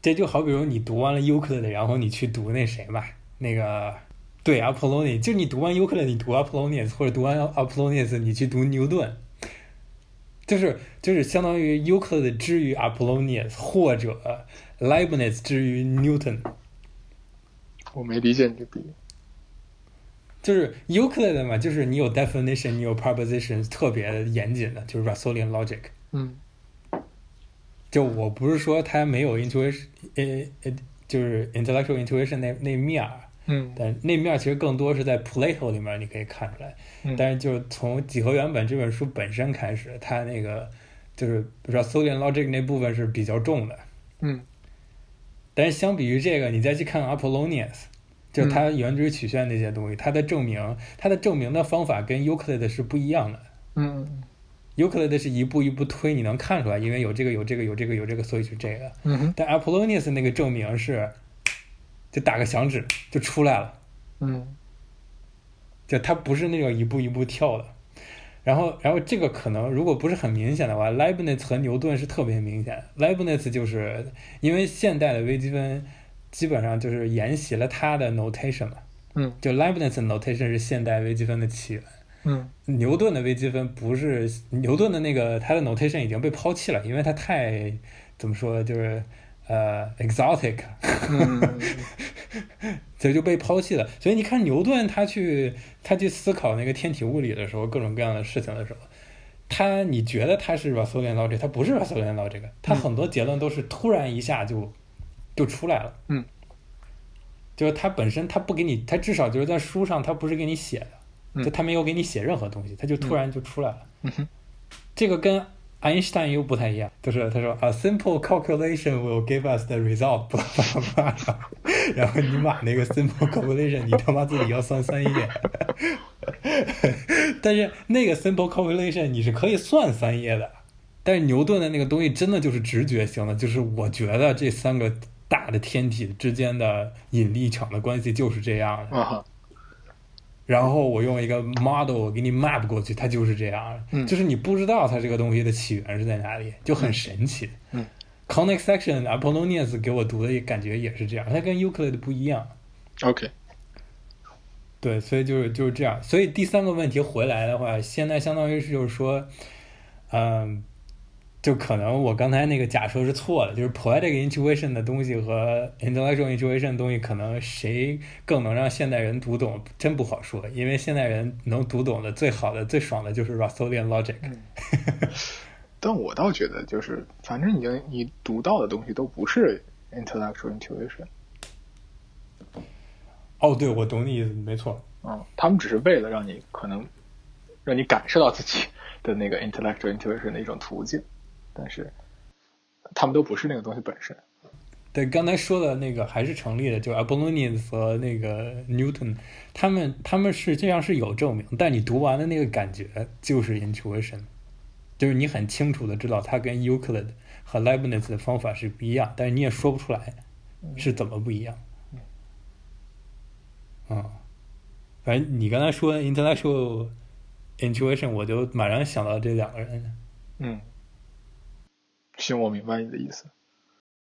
B: 这就好比如你读完了尤克里里，然后你去读那谁吧，那个对阿波罗尼，就你读完尤克里里，你读阿波罗涅斯，或者读完阿波罗涅斯，你去读牛顿，就是就是相当于尤克里里之于阿波罗涅斯，或者 Leibniz 之于 Newton，
A: 我没理解你的比喻。
B: 就是尤克里里嘛，就是你有 definition，你有 proposition，特别严谨的，就是 Russellian logic。
A: 嗯
B: 就我不是说他没有 intuition，呃呃，就是 intellectual intuition 那那面儿。
A: 嗯
B: 但那面儿其实更多是在 Plato 里面你可以看出来，
A: 嗯
B: 但是就是从《几何原本》这本书本身开始，它那个就是 Russellian logic 那部分是比较重的。
A: 嗯
B: 但是相比于这个，你再去看 Apollonius，就是
A: 嗯
B: 他圆锥曲线那些东西，它的证明，它的证明的方法跟 Euclid 是不一样的。
A: 嗯
B: Euclid 是一步一步推，你能看出来，因为有这个有这个有这个有这个，所以是这个。
A: 嗯哼
B: 但 Apollonius 那个证明是，就打个响指就出来了。
A: 嗯
B: 就它不是那种一步一步跳的。然后，然后这个可能如果不是很明显的话，Leibniz 和牛顿是特别明显。Leibniz 就是因为现代的微积分基本上就是沿袭了它的 notation 嘛，
A: 嗯
B: 就 Leibniz notation 是现代微积分的起源。
A: 嗯
B: 牛顿的微积分不是牛顿的那个他的 notation 已经被抛弃了，因为它太怎么说就是呃 exotic 了
A: 嗯
B: 所以就被抛弃了。所以你看牛顿他去他去思考那个天体物理的时候，各种各样的事情的时候，他你觉得他是 Russellian logic，他不是 Russellian logic，他很多结论都是突然一下就、就出来了。
A: 嗯，
B: 就是他本身他不给你，他至少就是在书上他不是给你写的，
A: 嗯
B: 就他没有给你写任何东西，他就突然就出来了。
A: 嗯哼
B: 这个跟爱因斯坦又不太一样，就是他说 a simple calculation will give us the result，巴拉巴拉巴拉，然后你把那个 simple calculation，你他妈自己要算三一遍，但是那个 simple calculation 你是可以算三页的，但是牛顿的那个东西真的就是直觉型的，就是我觉得这三个大的天体之间的引力场的关系就是这样 的。
A: 啊哈，
B: 然后我用一个 model 给你 map 过去，它就是这样的，
A: 嗯
B: 就是你不知道它这个东西的起源是在哪里，就很神奇。
A: 嗯
B: c o n e x section Apollonius 给我读的也感觉也是这样，它跟 Euclid 不一样。
A: ，OK，
B: 对，所以就是就是这样。所以第三个问题回来的话，现在相当于是就是说，嗯，就可能我刚才那个假设是错的，就是 poetic intuition 的东西和 intellectual intuition 的东西，可能谁更能让现代人读懂，真不好说。因为现代人能读懂的最好的、最爽的就是 Russellian logic。
A: 但我倒觉得就是，反正已经你读到的东西都不是 intellectual intuition，
B: 哦，对，我懂你意思，没错。
A: 嗯，他们只是为了让你可能让你感受到自己 的那个 intellectual intuition 的一种途径，但是他们都不是那个东西本身。
B: 对，刚才说的那个还是成立的，就是 Apollonius 和那个 Newton，他们他们是这样是有证明，但你读完的那个感觉就是 intuition，就是你很清楚的知道它跟 Euclid 和 Leibniz 的方法是不一样，但是你也说不出来是怎么不一样。嗯，反正你刚才说 intellectual intuition，我就马上想到这两个人。
A: 嗯，行，我明白你的意思。